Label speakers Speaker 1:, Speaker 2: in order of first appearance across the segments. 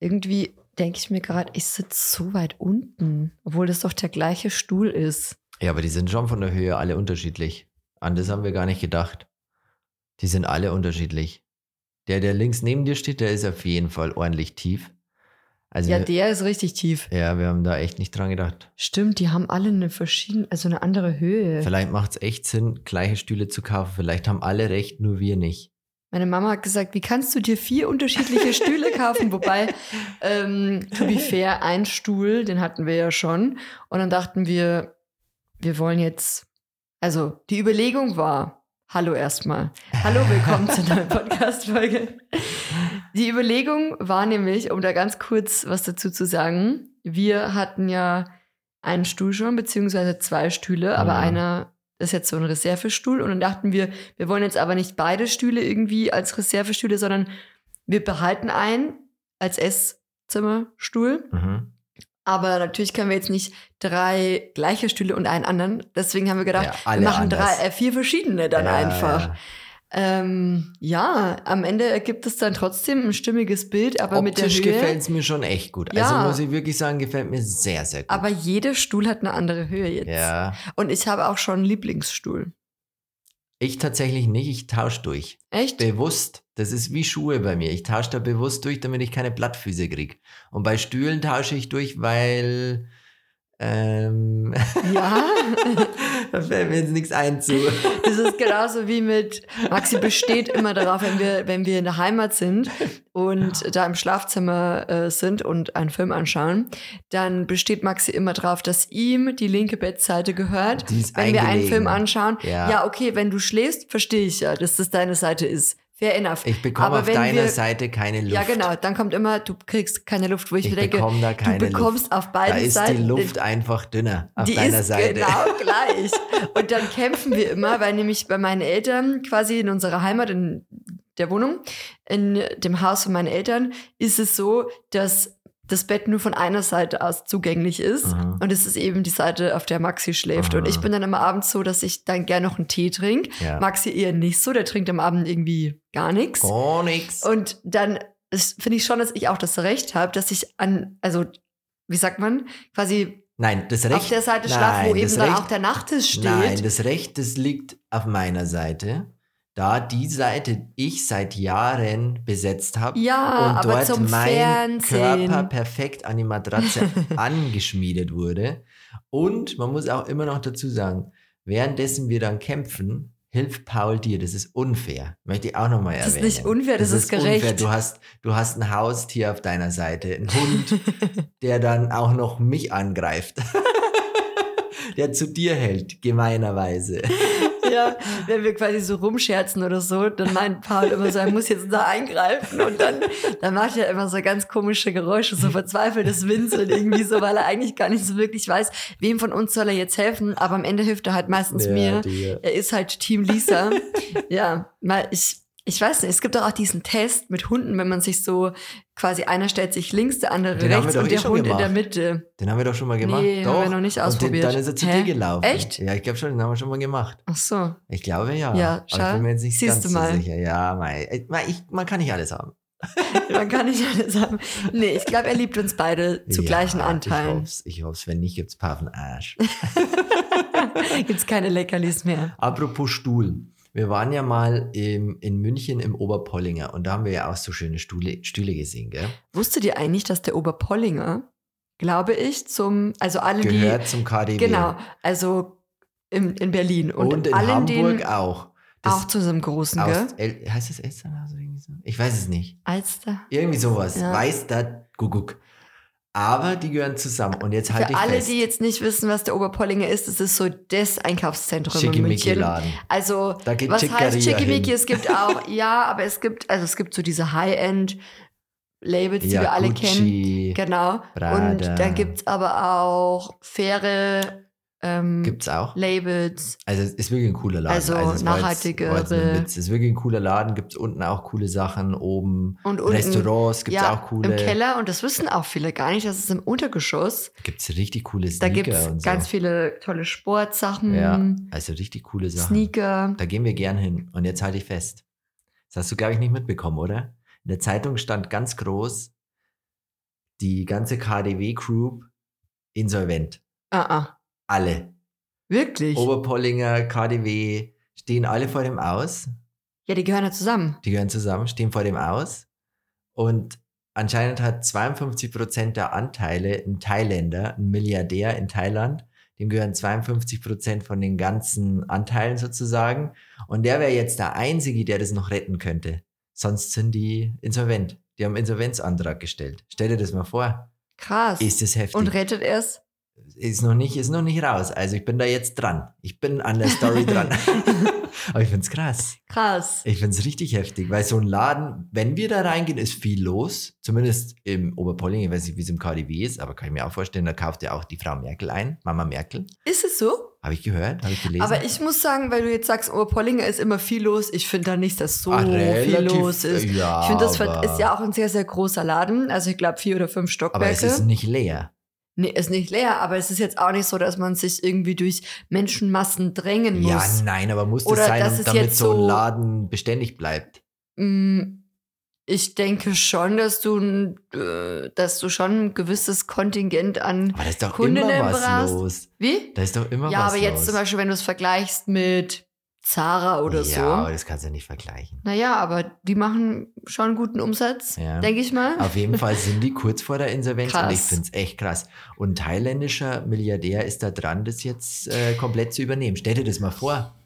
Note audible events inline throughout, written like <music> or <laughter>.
Speaker 1: Irgendwie denke ich mir gerade, ich sitze so weit unten, obwohl das doch der gleiche Stuhl ist.
Speaker 2: Ja, aber die sind schon von der Höhe alle unterschiedlich. An das haben wir gar nicht gedacht. Die sind alle unterschiedlich. Der, der links neben dir steht, der ist auf jeden Fall ordentlich tief. Also
Speaker 1: ja,
Speaker 2: wir,
Speaker 1: der ist richtig tief.
Speaker 2: ja, wir haben da echt nicht dran gedacht.
Speaker 1: Stimmt, die haben alle eine verschiedene, also eine andere Höhe.
Speaker 2: Vielleicht macht es echt Sinn, gleiche Stühle zu kaufen. Vielleicht haben alle recht, nur wir nicht.
Speaker 1: Meine Mama hat gesagt, wie kannst du dir vier unterschiedliche Stühle kaufen? Wobei, ähm, to be fair, ein Stuhl, den hatten wir ja schon. Und dann dachten wir, wir wollen jetzt, also die Überlegung war, hallo erstmal, hallo, willkommen zu einer Podcast-Folge. Die Überlegung war nämlich, um da ganz kurz was dazu zu sagen, wir hatten ja einen Stuhl schon, beziehungsweise zwei Stühle, aber
Speaker 2: Mhm.
Speaker 1: einer ist jetzt so ein Reservestuhl. Und dann dachten wir, wir wollen jetzt aber nicht beide Stühle irgendwie als Reservestühle, sondern wir behalten einen als Esszimmerstuhl.
Speaker 2: Mhm.
Speaker 1: Aber natürlich können wir jetzt nicht drei gleiche Stühle und einen anderen. Deswegen haben wir gedacht,
Speaker 2: Ja, alle
Speaker 1: wir machen
Speaker 2: anders.
Speaker 1: drei, äh, vier verschiedene dann
Speaker 2: Ja,
Speaker 1: einfach.
Speaker 2: ja.
Speaker 1: Ähm, ja, am Ende ergibt es dann trotzdem ein stimmiges Bild, aber mit der
Speaker 2: Optisch gefällt
Speaker 1: Höhe.
Speaker 2: es mir schon echt gut. Also
Speaker 1: Ja.
Speaker 2: muss ich wirklich sagen, gefällt mir sehr, sehr gut.
Speaker 1: Aber jeder Stuhl hat eine andere Höhe jetzt.
Speaker 2: ja,
Speaker 1: Und ich habe auch schon einen Lieblingsstuhl.
Speaker 2: ich tatsächlich nicht. Ich tausche durch.
Speaker 1: Echt?
Speaker 2: Bewusst. Das ist wie Schuhe bei mir. Ich tausche da bewusst durch, damit ich keine Blattfüße kriege. Und bei Stühlen tausche ich durch, weil... Ähm, <laughs>
Speaker 1: Ja.
Speaker 2: da fällt mir jetzt nichts
Speaker 1: <laughs>
Speaker 2: ein zu.
Speaker 1: Das ist genauso wie mit Maxi besteht immer darauf, wenn wir, wenn wir in der Heimat sind und da im Schlafzimmer äh, sind und einen Film anschauen, dann besteht Maxi immer darauf, dass ihm die linke Bettseite gehört.
Speaker 2: Die ist
Speaker 1: Wenn wir einen
Speaker 2: eingelegen.
Speaker 1: Film anschauen,
Speaker 2: Ja.
Speaker 1: ja. okay, wenn du schläfst, verstehe ich ja, dass das deine Seite ist. Fair enough.
Speaker 2: Ich bekomme
Speaker 1: Aber
Speaker 2: auf
Speaker 1: wenn
Speaker 2: deiner
Speaker 1: wir-
Speaker 2: Seite keine Luft.
Speaker 1: Ja, genau. Dann kommt immer, du kriegst keine Luft, wo ich,
Speaker 2: Ich
Speaker 1: mir denke,
Speaker 2: bekomme da keine
Speaker 1: du bekommst
Speaker 2: Luft.
Speaker 1: auf
Speaker 2: Da
Speaker 1: beiden
Speaker 2: ist
Speaker 1: Seiten
Speaker 2: die Luft einfach dünner auf
Speaker 1: die
Speaker 2: deiner
Speaker 1: ist
Speaker 2: Seite. <laughs>
Speaker 1: genau gleich. Und dann kämpfen wir immer, weil nämlich bei meinen Eltern, quasi in unserer Heimat, in der Wohnung, in dem Haus von meinen Eltern, ist es so, dass das Bett nur von einer Seite aus zugänglich ist.
Speaker 2: Mhm.
Speaker 1: Und es ist eben die Seite, auf der Maxi schläft. Und
Speaker 2: Aha.
Speaker 1: ich bin dann immer abends so, dass ich dann gern noch einen Tee trinke.
Speaker 2: Ja.
Speaker 1: Maxi eher nicht so, der trinkt am Abend irgendwie gar nichts.
Speaker 2: Gar nichts.
Speaker 1: Und dann ist- finde ich schon, dass ich auch das Recht habe, dass ich an, also wie sagt man, quasi
Speaker 2: Nein, das Recht.
Speaker 1: auf der Seite
Speaker 2: nein,
Speaker 1: schlafen, wo
Speaker 2: das
Speaker 1: eben dann
Speaker 2: Recht,
Speaker 1: auch der Nachttisch steht.
Speaker 2: Nein, das Recht, das liegt auf meiner Seite. Da die Seite ich seit Jahren besetzt habe
Speaker 1: Ja,
Speaker 2: und
Speaker 1: Ah, aber
Speaker 2: dort
Speaker 1: zum
Speaker 2: mein
Speaker 1: Fernsehen.
Speaker 2: Körper perfekt an
Speaker 1: <laughs>
Speaker 2: die Matratze angeschmiedet wurde. Und man muss auch immer noch dazu sagen, währenddessen wir dann kämpfen, hilft Paul dir. Das ist unfair. Möchte ich auch nochmal
Speaker 1: Das ist
Speaker 2: erwähnen.
Speaker 1: nicht unfair, das ist gerecht.
Speaker 2: Du hast, du hast ein Haustier auf deiner Seite, einen
Speaker 1: <laughs>
Speaker 2: Hund, der dann auch noch mich angreift. <laughs> der zu dir hält, gemeinerweise.
Speaker 1: ja, wenn wir quasi so rumscherzen oder so, dann meint Paul immer so, er muss jetzt da eingreifen und dann, dann macht er immer so ganz komische Geräusche, so verzweifeltes Winseln irgendwie so, weil er eigentlich gar nicht so wirklich weiß, wem von uns soll er jetzt helfen, aber am Ende hilft er halt meistens mir.
Speaker 2: dir.
Speaker 1: Er ist halt Team
Speaker 2: <laughs>
Speaker 1: Lisa. ja, mal ich, ich weiß nicht, es gibt doch auch diesen Test mit Hunden, wenn man sich so quasi einer stellt sich links, der andere
Speaker 2: Den haben
Speaker 1: rechts
Speaker 2: wir doch
Speaker 1: und
Speaker 2: eh
Speaker 1: der
Speaker 2: schon
Speaker 1: Hund in
Speaker 2: gemacht.
Speaker 1: der Mitte.
Speaker 2: Den haben wir doch schon mal gemacht.
Speaker 1: Nee, haben
Speaker 2: doch.
Speaker 1: wir noch nicht
Speaker 2: Und den,
Speaker 1: ausprobiert.
Speaker 2: dann ist er zu
Speaker 1: Hä?
Speaker 2: dir gelaufen.
Speaker 1: Echt?
Speaker 2: Ja, ich glaube schon, den haben wir schon mal gemacht.
Speaker 1: Ach so.
Speaker 2: Ich glaube ja.
Speaker 1: Ja,
Speaker 2: Aber ich
Speaker 1: schau.
Speaker 2: bin mir jetzt nicht
Speaker 1: Siehst
Speaker 2: ganz
Speaker 1: du
Speaker 2: so
Speaker 1: mal.
Speaker 2: sicher. Ja, mei. Äh, mei, ich, man kann nicht alles haben.
Speaker 1: Man kann nicht alles haben. Nee, ich glaube, er liebt uns beide zu
Speaker 2: ja,
Speaker 1: gleichen
Speaker 2: Ich
Speaker 1: Anteilen.
Speaker 2: hoff's, ich hoff's. Wenn nicht, gibt's Paven Arsch.
Speaker 1: <laughs> Gibt's keine Leckerlis mehr.
Speaker 2: Apropos Stuhl. Wir waren ja mal im, in München im Oberpollinger und da haben wir ja auch so schöne Stuhle, Stühle gesehen, gell?
Speaker 1: Wusstet ihr eigentlich, dass der Oberpollinger, glaube ich, zum, also alle,
Speaker 2: Gehört zum KDW.
Speaker 1: die, genau, also in, in Berlin und,
Speaker 2: Und, in
Speaker 1: allen
Speaker 2: Hamburg
Speaker 1: denen
Speaker 2: auch.
Speaker 1: auch zu so einem großen, gell?
Speaker 2: aus, El, heißt es Elsternhaus oder irgendwie so? Ich weiß es nicht.
Speaker 1: Alster.
Speaker 2: Irgendwie sowas.
Speaker 1: Ja.
Speaker 2: Weiß da Guguck. Aber die gehören zusammen. Und jetzt halte
Speaker 1: Für
Speaker 2: ich
Speaker 1: alle,
Speaker 2: Halt fest.
Speaker 1: die jetzt nicht wissen, was der Oberpollinger ist, das ist so das Einkaufszentrum in München.
Speaker 2: Schickimicki-Laden.
Speaker 1: Also,
Speaker 2: Da geht
Speaker 1: was
Speaker 2: Chicaria
Speaker 1: heißt Schickimicki?
Speaker 2: hin.
Speaker 1: Es gibt
Speaker 2: <laughs>
Speaker 1: auch, ja, aber es gibt, also es gibt so diese High-End-Labels, die wir alle kennen.
Speaker 2: Gucci
Speaker 1: Genau.
Speaker 2: Prada.
Speaker 1: Und dann gibt es aber auch faire ähm,
Speaker 2: Gibt's auch.
Speaker 1: Labels.
Speaker 2: Also es ist wirklich ein cooler Laden.
Speaker 1: Also
Speaker 2: es war jetzt-
Speaker 1: nachhaltigere-
Speaker 2: war jetzt nur ein Witz. Es ist wirklich ein cooler Laden. Gibt's unten auch coole Sachen. Oben
Speaker 1: Und unten,
Speaker 2: Restaurants gibt's
Speaker 1: ja,
Speaker 2: auch coole.
Speaker 1: im Keller, und das wissen auch viele gar nicht, das ist im Untergeschoss.
Speaker 2: Gibt's richtig coole
Speaker 1: Da
Speaker 2: Sneaker
Speaker 1: gibt es
Speaker 2: und so.
Speaker 1: ganz viele tolle Sportsachen,
Speaker 2: Ja, also richtig coole Sachen.
Speaker 1: Sneaker.
Speaker 2: Da gehen wir gern hin. Und jetzt halte ich fest. Das hast du, glaube ich, nicht mitbekommen, oder? In der Zeitung stand ganz groß, die ganze KDW Group insolvent.
Speaker 1: Ah, ah.
Speaker 2: Alle.
Speaker 1: Wirklich?
Speaker 2: Oberpollinger, KDW stehen alle vor dem Aus.
Speaker 1: Ja, die gehören ja zusammen.
Speaker 2: Die gehören zusammen, stehen vor dem Aus. Und anscheinend hat 52 Prozent der Anteile ein Thailänder, ein Milliardär in Thailand. Dem gehören 52 Prozent von den ganzen Anteilen sozusagen. Und der wäre jetzt der Einzige, der das noch retten könnte. Sonst sind die insolvent. Die haben einen Insolvenzantrag gestellt. Stell dir das mal vor.
Speaker 1: Krass.
Speaker 2: Ist das heftig.
Speaker 1: Und rettet er es?
Speaker 2: ist noch nicht, ist noch nicht raus. Also ich bin da jetzt dran. Ich bin an der Story
Speaker 1: <laughs>
Speaker 2: dran. <laughs> Aber ich find's krass.
Speaker 1: Krass.
Speaker 2: Ich find's richtig heftig, weil so ein Laden, wenn wir da reingehen, ist viel los. Zumindest im Oberpolling, ich weiß nicht, wie es im KDW ist, aber kann ich mir auch vorstellen, da kauft ja auch die Frau Merkel ein, Mama Merkel.
Speaker 1: Ist es so?
Speaker 2: Habe ich gehört, habe ich gelesen.
Speaker 1: Aber ich muss sagen, weil du jetzt sagst, Oberpollinger ist immer viel los, ich finde da nicht, dass so
Speaker 2: Ah,
Speaker 1: viel
Speaker 2: relativ, äh,
Speaker 1: los ist.
Speaker 2: Ja,
Speaker 1: Ich finde, das ver-
Speaker 2: aber,
Speaker 1: ist ja auch ein sehr, sehr großer Laden. Also ich glaube vier oder fünf
Speaker 2: Aber
Speaker 1: Stockwerke.
Speaker 2: es ist nicht leer.
Speaker 1: nee, ist nicht leer, aber es ist jetzt auch nicht so, dass man sich irgendwie durch Menschenmassen drängen muss.
Speaker 2: Ja, nein, aber muss das
Speaker 1: Oder
Speaker 2: sein,
Speaker 1: das
Speaker 2: um-
Speaker 1: ist
Speaker 2: damit
Speaker 1: jetzt
Speaker 2: so ein
Speaker 1: so-
Speaker 2: Laden beständig bleibt?
Speaker 1: Mm, Ich denke schon, dass du, n- äh, dass du schon ein gewisses Kontingent an.
Speaker 2: Aber da ist doch
Speaker 1: Kundinnen
Speaker 2: immer was
Speaker 1: brast.
Speaker 2: los.
Speaker 1: Wie?
Speaker 2: Da ist doch immer
Speaker 1: Ja,
Speaker 2: was
Speaker 1: aber jetzt
Speaker 2: los.
Speaker 1: zum Beispiel, wenn du es vergleichst mit Zara oder
Speaker 2: ja,
Speaker 1: so.
Speaker 2: aber das kannst du nicht vergleichen.
Speaker 1: Naja, aber die machen schon einen guten Umsatz,
Speaker 2: Ja.
Speaker 1: denke ich mal.
Speaker 2: Auf jeden Fall sind die kurz vor der Insolvenz und ich
Speaker 1: Krass.
Speaker 2: finde es echt krass. Und ein thailändischer Milliardär ist da dran, das jetzt äh, komplett zu übernehmen. Stell dir das mal vor.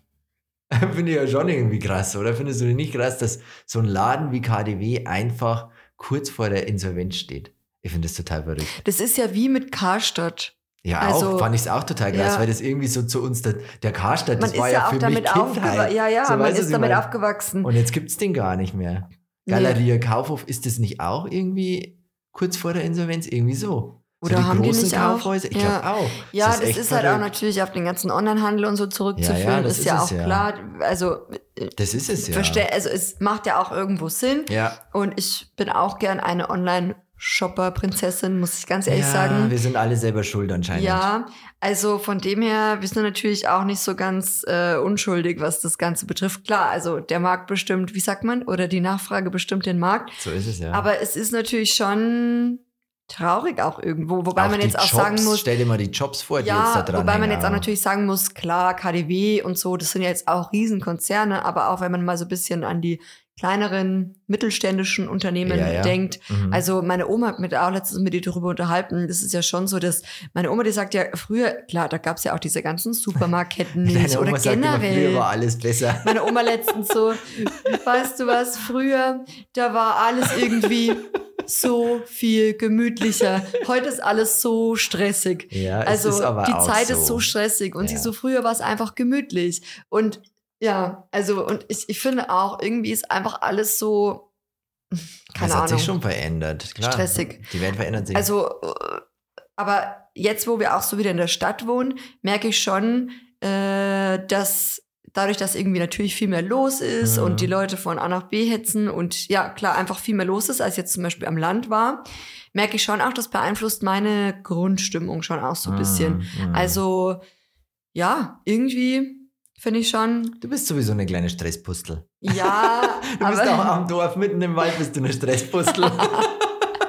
Speaker 2: <laughs> finde ich ja schon irgendwie krass, oder? Findest du nicht krass, dass so ein Laden wie KDW einfach kurz vor der Insolvenz steht? Ich finde das total verrückt.
Speaker 1: Das ist ja wie mit Karstadt.
Speaker 2: Ja,
Speaker 1: Also,
Speaker 2: auch fand ich es auch total krass,
Speaker 1: ja.
Speaker 2: weil das irgendwie so zu uns, der, der Karstadt,
Speaker 1: Man
Speaker 2: das
Speaker 1: ist
Speaker 2: war ja,
Speaker 1: ja auch
Speaker 2: für
Speaker 1: damit
Speaker 2: mich
Speaker 1: aufgewachsen.
Speaker 2: Kindheit.
Speaker 1: Ja, ja,
Speaker 2: So
Speaker 1: man
Speaker 2: weißt du, was
Speaker 1: ist
Speaker 2: ich
Speaker 1: damit
Speaker 2: meine?
Speaker 1: aufgewachsen.
Speaker 2: Und jetzt gibt es den gar nicht mehr. Galeria Kaufhof, ist das nicht auch irgendwie kurz vor der Insolvenz? Irgendwie so. so
Speaker 1: Oder haben die
Speaker 2: großen
Speaker 1: nicht auch?
Speaker 2: Kaufhäuser? Ich
Speaker 1: Ja.
Speaker 2: glaube auch.
Speaker 1: Ja, das
Speaker 2: echt
Speaker 1: ist halt auch
Speaker 2: verrückt.
Speaker 1: natürlich auf den ganzen Onlinehandel und so zurückzuführen.
Speaker 2: Ja, ja, das
Speaker 1: ist,
Speaker 2: ist
Speaker 1: ja
Speaker 2: es
Speaker 1: auch
Speaker 2: ja.
Speaker 1: klar. Also,
Speaker 2: Das ist es ja.
Speaker 1: verstehe, also es macht ja auch irgendwo Sinn.
Speaker 2: Ja.
Speaker 1: Und ich bin auch gern eine Online-Shopper-Prinzessin, muss ich ganz ehrlich
Speaker 2: ja,
Speaker 1: sagen.
Speaker 2: Wir sind alle selber schuld anscheinend.
Speaker 1: Ja, also von dem her, wir sind natürlich auch nicht so ganz äh, unschuldig, was das Ganze betrifft. Klar, also der Markt bestimmt, wie sagt man, oder die Nachfrage bestimmt den Markt.
Speaker 2: So ist es ja.
Speaker 1: Aber es ist natürlich schon traurig auch irgendwo, wobei man
Speaker 2: die
Speaker 1: jetzt auch
Speaker 2: Jobs,
Speaker 1: sagen muss,
Speaker 2: Stell dir mal die Jobs vor, die jetzt da
Speaker 1: ja,
Speaker 2: dran
Speaker 1: wobei man
Speaker 2: hängen,
Speaker 1: jetzt auch
Speaker 2: aber-
Speaker 1: natürlich sagen muss, klar, KDW und so, das sind ja jetzt auch Riesenkonzerne, aber auch wenn man mal so ein bisschen an die kleineren mittelständischen Unternehmen
Speaker 2: Ja, ja.
Speaker 1: denkt,
Speaker 2: Mhm.
Speaker 1: also meine Oma hat mit auch letztens mit ihr darüber unterhalten. Das ist ja schon so, dass meine Oma, die sagt ja früher, klar, da gab's ja auch diese ganzen Supermarktketten nicht
Speaker 2: <laughs> <laughs> Deine
Speaker 1: oder
Speaker 2: Oma sagt immer, früher
Speaker 1: generell.
Speaker 2: war alles besser.
Speaker 1: meine Oma letztens so, weißt du was, früher, da war alles irgendwie so viel gemütlicher. Heute ist alles so stressig.
Speaker 2: Ja,
Speaker 1: Also
Speaker 2: es ist aber
Speaker 1: die
Speaker 2: auch
Speaker 1: Zeit
Speaker 2: so.
Speaker 1: ist so stressig und sie
Speaker 2: Ja.
Speaker 1: so früher war es einfach gemütlich und ja, also und ich, ich finde auch irgendwie ist einfach alles so keine
Speaker 2: das
Speaker 1: Ahnung.
Speaker 2: hat sich schon verändert. Klar.
Speaker 1: Stressig.
Speaker 2: Die Welt verändert sich.
Speaker 1: Also, äh, aber jetzt, wo wir auch so wieder in der Stadt wohnen, merke ich schon, äh, dass dadurch, dass irgendwie natürlich viel mehr los ist
Speaker 2: Mhm.
Speaker 1: und die Leute von A nach B hetzen und ja, klar, einfach viel mehr los ist, als jetzt zum Beispiel am Land war, merke ich schon auch, das beeinflusst meine Grundstimmung schon auch so ein bisschen.
Speaker 2: Mhm.
Speaker 1: Also, ja, irgendwie finde ich schon,
Speaker 2: Du bist sowieso eine kleine Stresspustel.
Speaker 1: ja,
Speaker 2: <laughs> Du bist auch am Dorf, mitten im Wald bist du eine Stresspustel.
Speaker 1: <laughs>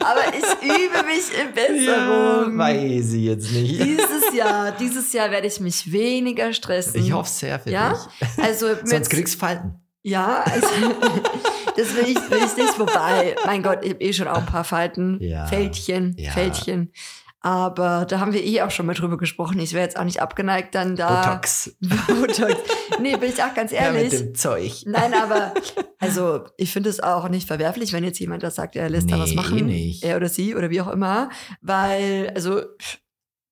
Speaker 1: aber ich übe mich in
Speaker 2: Ja,
Speaker 1: Besserung.
Speaker 2: weiß ich jetzt nicht.
Speaker 1: Dieses Jahr, dieses Jahr werde ich mich weniger stressen.
Speaker 2: Ich hoffe sehr für
Speaker 1: Ja?
Speaker 2: dich.
Speaker 1: Also mit-
Speaker 2: Sonst kriegst du Falten.
Speaker 1: ja, also, <laughs> das will ich, will ich nicht. Wobei, mein Gott, ich habe eh schon auch ein paar Falten,
Speaker 2: Ja.
Speaker 1: Fältchen,
Speaker 2: Ja.
Speaker 1: Fältchen. Aber da haben wir eh auch schon mal drüber gesprochen. Ich wäre jetzt auch nicht abgeneigt, dann da.
Speaker 2: Botox.
Speaker 1: <laughs> Botox. Nee, bin ich auch ganz
Speaker 2: <laughs> Ja,
Speaker 1: ehrlich.
Speaker 2: mit dem Zeug.
Speaker 1: Nein, aber also ich finde es auch nicht verwerflich, wenn jetzt jemand das sagt, er lässt da was
Speaker 2: Nee,
Speaker 1: machen.
Speaker 2: eh nicht.
Speaker 1: Er oder sie oder wie auch immer. Weil, also,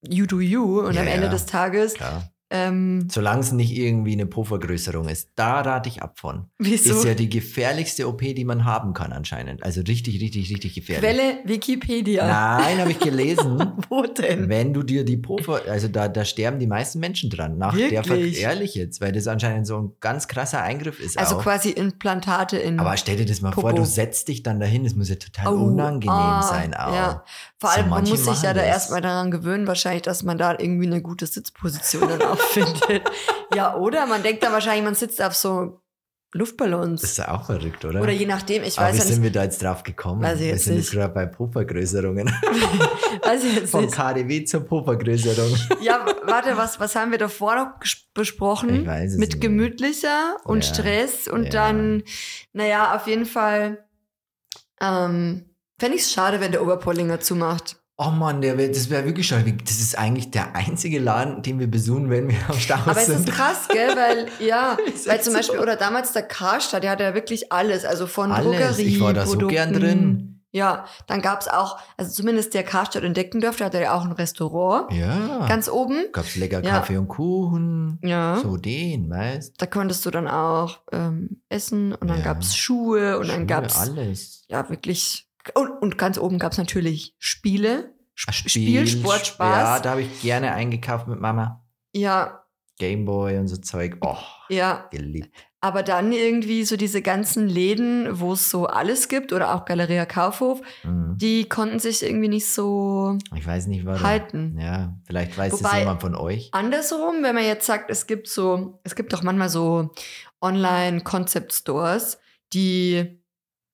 Speaker 1: you do you. Und
Speaker 2: Ja,
Speaker 1: am Ende
Speaker 2: ja.
Speaker 1: des Tages,
Speaker 2: Klar.
Speaker 1: ähm,
Speaker 2: Solange es nicht irgendwie eine Puffergrößerung ist, da rate ich ab von.
Speaker 1: wieso?
Speaker 2: Ist ja die gefährlichste OP, die man haben kann anscheinend. Also richtig, richtig, richtig gefährlich.
Speaker 1: Quelle Wikipedia.
Speaker 2: Nein, habe ich gelesen.
Speaker 1: <laughs> Wo denn?
Speaker 2: Wenn du dir die Puffer, also da, da sterben die meisten Menschen dran, nach der Ver
Speaker 1: Wirklich?
Speaker 2: ehrlich jetzt, weil das anscheinend so ein ganz krasser Eingriff ist.
Speaker 1: Also
Speaker 2: auch.
Speaker 1: quasi Implantate in.
Speaker 2: Aber stell dir das mal vor,
Speaker 1: Popo.
Speaker 2: du setzt dich dann dahin, das muss ja total
Speaker 1: Hm. Oh,
Speaker 2: unangenehm
Speaker 1: ah,
Speaker 2: sein auch.
Speaker 1: ja. Vor
Speaker 2: So
Speaker 1: allem, man
Speaker 2: manche
Speaker 1: muss sich ja
Speaker 2: machen
Speaker 1: da
Speaker 2: das.
Speaker 1: erstmal daran gewöhnen, wahrscheinlich, dass man da irgendwie eine
Speaker 2: <laughs>
Speaker 1: gute Sitzposition dann auch findet. Ja, oder? Man denkt dann wahrscheinlich, man sitzt auf so Luftballons.
Speaker 2: Das ist ja auch verrückt, oder?
Speaker 1: Oder je nachdem, ich
Speaker 2: Aber
Speaker 1: weiß
Speaker 2: wie
Speaker 1: ja
Speaker 2: sind
Speaker 1: nicht.
Speaker 2: wir da jetzt drauf gekommen?
Speaker 1: Weiß ich
Speaker 2: wir
Speaker 1: jetzt
Speaker 2: sind
Speaker 1: nicht.
Speaker 2: jetzt gerade bei Puffergrößerungen.
Speaker 1: Weiß ich jetzt
Speaker 2: Von
Speaker 1: nicht.
Speaker 2: KDW zur
Speaker 1: <laughs>
Speaker 2: Puffergrößerung.
Speaker 1: Ja, warte, was, was haben wir davor noch ges- besprochen?
Speaker 2: Ich weiß es
Speaker 1: Mit
Speaker 2: nicht.
Speaker 1: gemütlicher und
Speaker 2: Ja,
Speaker 1: Stress und
Speaker 2: ja.
Speaker 1: dann, naja, auf jeden Fall ähm, fände ich es schade, wenn der Oberpollinger zumacht.
Speaker 2: Oh Mann, der, wär- das wäre wirklich schade. Das ist eigentlich der einzige Laden, den wir besuchen, wenn wir am Stau
Speaker 1: Aber es ist
Speaker 2: sind.
Speaker 1: krass, gell? Weil,
Speaker 2: <laughs>
Speaker 1: ja,
Speaker 2: Ist
Speaker 1: weil
Speaker 2: echt
Speaker 1: zum
Speaker 2: so.
Speaker 1: Beispiel, oder damals der Karstadt, der hatte ja wirklich alles, also von
Speaker 2: Alles.
Speaker 1: Drogerie,
Speaker 2: Ich war da so gern drin.
Speaker 1: Ja, dann gab es auch, also zumindest der Karstadt in Deckendorf, der hatte ja auch ein Restaurant.
Speaker 2: Ja.
Speaker 1: Ganz oben.
Speaker 2: Gab's lecker
Speaker 1: Ja.
Speaker 2: Kaffee und Kuchen.
Speaker 1: Ja.
Speaker 2: So den, weißt
Speaker 1: Da konntest du dann auch ähm, essen und dann
Speaker 2: Ja.
Speaker 1: gab es Schuhe und dann
Speaker 2: Schuhe,
Speaker 1: gab es
Speaker 2: alles.
Speaker 1: ja wirklich. Und, und ganz oben gab es natürlich Spiele.
Speaker 2: Ach,
Speaker 1: Spiel, Sport,
Speaker 2: Ah, Sp- Ja,
Speaker 1: Spaß.
Speaker 2: da habe ich gerne eingekauft mit Mama.
Speaker 1: Ja,
Speaker 2: Gameboy und so Zeug. Oh,
Speaker 1: ja.
Speaker 2: geliebt.
Speaker 1: Aber dann irgendwie so diese ganzen Läden, wo es so alles gibt oder auch Galeria Kaufhof,
Speaker 2: Mhm.
Speaker 1: die konnten sich irgendwie nicht so
Speaker 2: Ich weiß nicht warum.
Speaker 1: halten.
Speaker 2: Ja, vielleicht weiß es
Speaker 1: halt Wobei-
Speaker 2: jemand von euch.
Speaker 1: Andersrum, wenn man jetzt sagt, es gibt so, es gibt doch manchmal so Online-Concept-Stores, die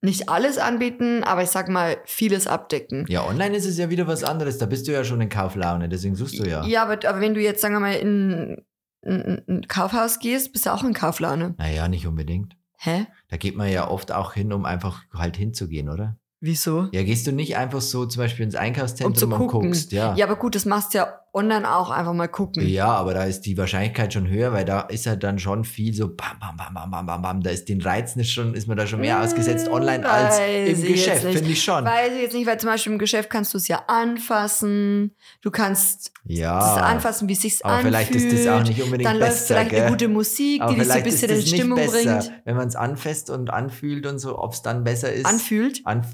Speaker 1: nicht alles anbieten, aber ich sag mal, vieles abdecken.
Speaker 2: Ja, online ist es ja wieder was anderes. Da bist du ja schon in Kauflaune, deswegen suchst du ja.
Speaker 1: aber, aber wenn du jetzt, sagen wir mal, in in- in ein Kaufhaus gehst, bist du auch in Kauflaune.
Speaker 2: Naja, nicht unbedingt.
Speaker 1: Hä?
Speaker 2: Da geht man ja oft auch hin, um einfach halt hinzugehen, oder?
Speaker 1: Wieso?
Speaker 2: Ja, gehst du nicht einfach so zum Beispiel ins Einkaufszentrum
Speaker 1: Um zu
Speaker 2: und
Speaker 1: gucken.
Speaker 2: guckst, ja.
Speaker 1: Ja, aber gut, das machst du ja online auch einfach mal gucken.
Speaker 2: Ja, aber da ist die Wahrscheinlichkeit schon höher, weil da ist ja dann schon viel so bam, bam, bam, bam, bam, bam, bam. Da ist den Reiz nicht schon, ist man da schon mehr
Speaker 1: Hm,
Speaker 2: ausgesetzt online
Speaker 1: weiß
Speaker 2: als im
Speaker 1: ich jetzt
Speaker 2: Geschäft,
Speaker 1: nicht.
Speaker 2: finde ich schon.
Speaker 1: Weiß ich jetzt nicht, weil zum Beispiel im Geschäft kannst du es ja anfassen. Du kannst das
Speaker 2: ja,
Speaker 1: anfassen, wie es sich
Speaker 2: Ah. aber
Speaker 1: anfühlt.
Speaker 2: vielleicht ist das auch nicht unbedingt
Speaker 1: Dann läuft
Speaker 2: besser,
Speaker 1: vielleicht
Speaker 2: gell?
Speaker 1: eine gute Musik,
Speaker 2: aber
Speaker 1: die dich so ein
Speaker 2: vielleicht
Speaker 1: bisschen
Speaker 2: ist
Speaker 1: in
Speaker 2: es nicht
Speaker 1: Stimmung
Speaker 2: besser,
Speaker 1: bringt.
Speaker 2: wenn man es anfasst und anfühlt und so, ob es dann besser ist.
Speaker 1: Anfühlt.
Speaker 2: Anf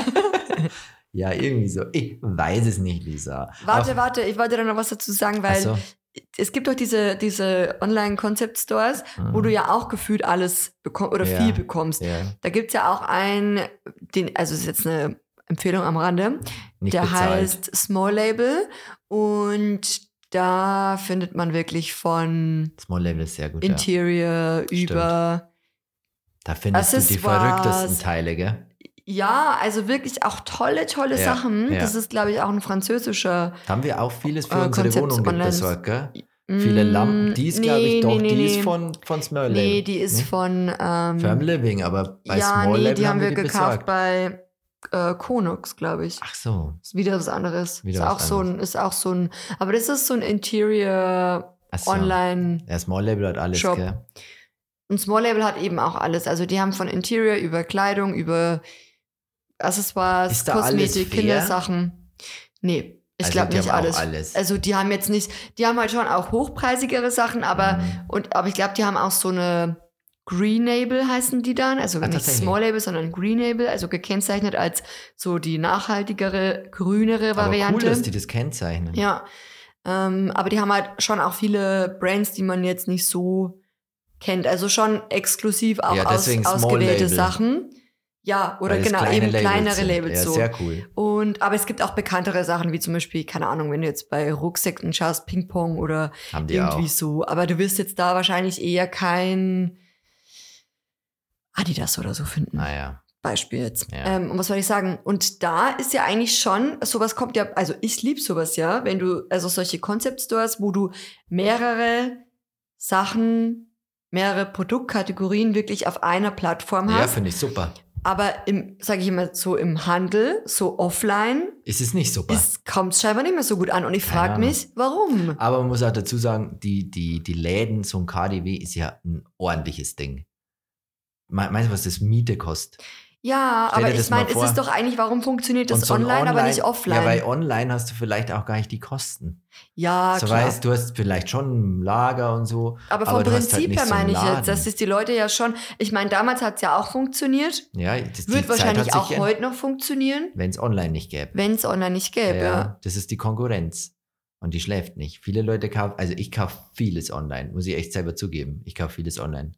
Speaker 1: <laughs>
Speaker 2: ja, irgendwie so. Ich weiß es nicht, Lisa.
Speaker 1: Warte,
Speaker 2: Auf-
Speaker 1: warte, ich wollte da noch was dazu sagen,
Speaker 2: Ach
Speaker 1: weil
Speaker 2: so.
Speaker 1: es gibt doch diese, diese Online-Concept-Stores, wo
Speaker 2: Mhm.
Speaker 1: du ja auch gefühlt alles bekommst oder
Speaker 2: Ja.
Speaker 1: viel bekommst.
Speaker 2: ja,
Speaker 1: Da gibt es ja auch einen, den, also das ist jetzt eine Empfehlung am Rande,
Speaker 2: nicht
Speaker 1: der
Speaker 2: bezahlt.
Speaker 1: heißt Small Label und da findet man wirklich von
Speaker 2: Small Level ist sehr gut. Ja.
Speaker 1: Interior
Speaker 2: Stimmt.
Speaker 1: über,
Speaker 2: Da findest du die
Speaker 1: Accessoires.
Speaker 2: verrücktesten Teile, gell?
Speaker 1: ja, also wirklich auch tolle, tolle
Speaker 2: Ja,
Speaker 1: Sachen.
Speaker 2: ja.
Speaker 1: Das ist, glaube ich, auch ein französischer.
Speaker 2: Da haben wir auch vieles für
Speaker 1: Äh,
Speaker 2: unsere
Speaker 1: Konzept
Speaker 2: Wohnung
Speaker 1: online.
Speaker 2: besorgt, gell? Viele
Speaker 1: Mm,
Speaker 2: Lampen, die ist, glaube ich,
Speaker 1: nee,
Speaker 2: doch,
Speaker 1: nee,
Speaker 2: die
Speaker 1: nee,
Speaker 2: ist
Speaker 1: nee.
Speaker 2: von, von Small Level.
Speaker 1: Nee, die ist
Speaker 2: Nee?
Speaker 1: von. Ähm,
Speaker 2: Firm Living, aber bei
Speaker 1: ja,
Speaker 2: Small
Speaker 1: nee,
Speaker 2: Level
Speaker 1: die haben wir
Speaker 2: die
Speaker 1: gekauft
Speaker 2: besorgt.
Speaker 1: bei äh, Konux, glaube ich.
Speaker 2: Ach so,
Speaker 1: Ist wieder was anderes.
Speaker 2: Wieder
Speaker 1: ist
Speaker 2: was
Speaker 1: auch so ein, ist auch so ein, aber das ist so ein Interior
Speaker 2: ach so.
Speaker 1: Online.
Speaker 2: Ja, Small Level hat alles,
Speaker 1: Shop.
Speaker 2: gell?
Speaker 1: Und Small Label hat eben auch alles. Also die haben von Interior über Kleidung, über Accessoires,
Speaker 2: Ist da alles
Speaker 1: Kosmetik,
Speaker 2: fair?
Speaker 1: Kindersachen. Nee, ich
Speaker 2: Also
Speaker 1: glaube
Speaker 2: die
Speaker 1: nicht
Speaker 2: haben auch
Speaker 1: alles.
Speaker 2: alles.
Speaker 1: Also die haben jetzt nicht, die haben halt schon auch hochpreisigere Sachen, aber
Speaker 2: Mhm.
Speaker 1: und aber ich glaube, die haben auch so eine Green Label heißen die dann, also
Speaker 2: Ah,
Speaker 1: nicht
Speaker 2: tatsächlich.
Speaker 1: Small Label, sondern Green Label, also gekennzeichnet als so die nachhaltigere, grünere
Speaker 2: aber
Speaker 1: Variante.
Speaker 2: cool, dass die das kennzeichnen.
Speaker 1: Ja. Ähm, aber die haben halt schon auch viele Brands, die man jetzt nicht so kennt. Also schon exklusiv auch
Speaker 2: Ja,
Speaker 1: aus,
Speaker 2: deswegen Small
Speaker 1: ausgewählte
Speaker 2: Label.
Speaker 1: Sachen. Ja, oder
Speaker 2: Weil das
Speaker 1: genau,
Speaker 2: kleine
Speaker 1: eben kleinere
Speaker 2: sind.
Speaker 1: Labels
Speaker 2: ja,
Speaker 1: so.
Speaker 2: Sehr cool.
Speaker 1: Und aber es gibt auch bekanntere Sachen, wie zum Beispiel, keine Ahnung, wenn du jetzt bei Rucksäcken schaust, Ping-Pong oder
Speaker 2: Haben die
Speaker 1: irgendwie
Speaker 2: auch.
Speaker 1: so. Aber du wirst jetzt da wahrscheinlich eher kein Adidas oder so finden.
Speaker 2: Naja.
Speaker 1: Beispiel jetzt.
Speaker 2: Ja.
Speaker 1: Ähm, und was soll ich sagen? Und da ist ja eigentlich schon, sowas kommt ja, also ich liebe sowas ja, wenn du, also solche Concept Stores, wo du mehrere Sachen, mehrere Produktkategorien wirklich auf einer Plattform
Speaker 2: Ja,
Speaker 1: hast.
Speaker 2: finde ich super.
Speaker 1: aber im, sage ich immer, so im Handel, so offline,
Speaker 2: Ist es nicht super.
Speaker 1: kommt es scheinbar nicht mehr so gut an. Und ich
Speaker 2: Keine
Speaker 1: frage
Speaker 2: Ahnung.
Speaker 1: mich, warum?
Speaker 2: Aber man muss auch dazu sagen, die, die, die Läden, so ein KDW ist ja ein ordentliches Ding. Me- Meinst du, was das Miete kostet?
Speaker 1: Ja,
Speaker 2: Stell dir
Speaker 1: aber
Speaker 2: das
Speaker 1: ich
Speaker 2: mal
Speaker 1: meine, es
Speaker 2: vor.
Speaker 1: ist doch eigentlich, warum funktioniert das
Speaker 2: Und so ein
Speaker 1: online, aber nicht offline?
Speaker 2: Ja, weil online hast du vielleicht auch gar nicht die Kosten.
Speaker 1: Ja,
Speaker 2: so
Speaker 1: Ah, klar.
Speaker 2: weißt du, hast vielleicht schon ein Lager und so.
Speaker 1: Aber vom
Speaker 2: Aber du hast halt
Speaker 1: Prinzip
Speaker 2: nicht
Speaker 1: her
Speaker 2: so einen
Speaker 1: meine ich
Speaker 2: Laden.
Speaker 1: jetzt, dass es die Leute ja schon, ich meine, damals hat es ja auch funktioniert,
Speaker 2: Ja, das,
Speaker 1: wird
Speaker 2: die
Speaker 1: wahrscheinlich
Speaker 2: Zeit hat
Speaker 1: auch
Speaker 2: sich
Speaker 1: heute noch funktionieren,
Speaker 2: Wenn es online nicht gäbe.
Speaker 1: wenn es online nicht
Speaker 2: Ja,
Speaker 1: gäbe. Ja.
Speaker 2: ja, das ist die Konkurrenz. Und die schläft nicht. Viele Leute kaufen, also ich kaufe vieles online, muss ich echt selber zugeben. Ich kaufe vieles online.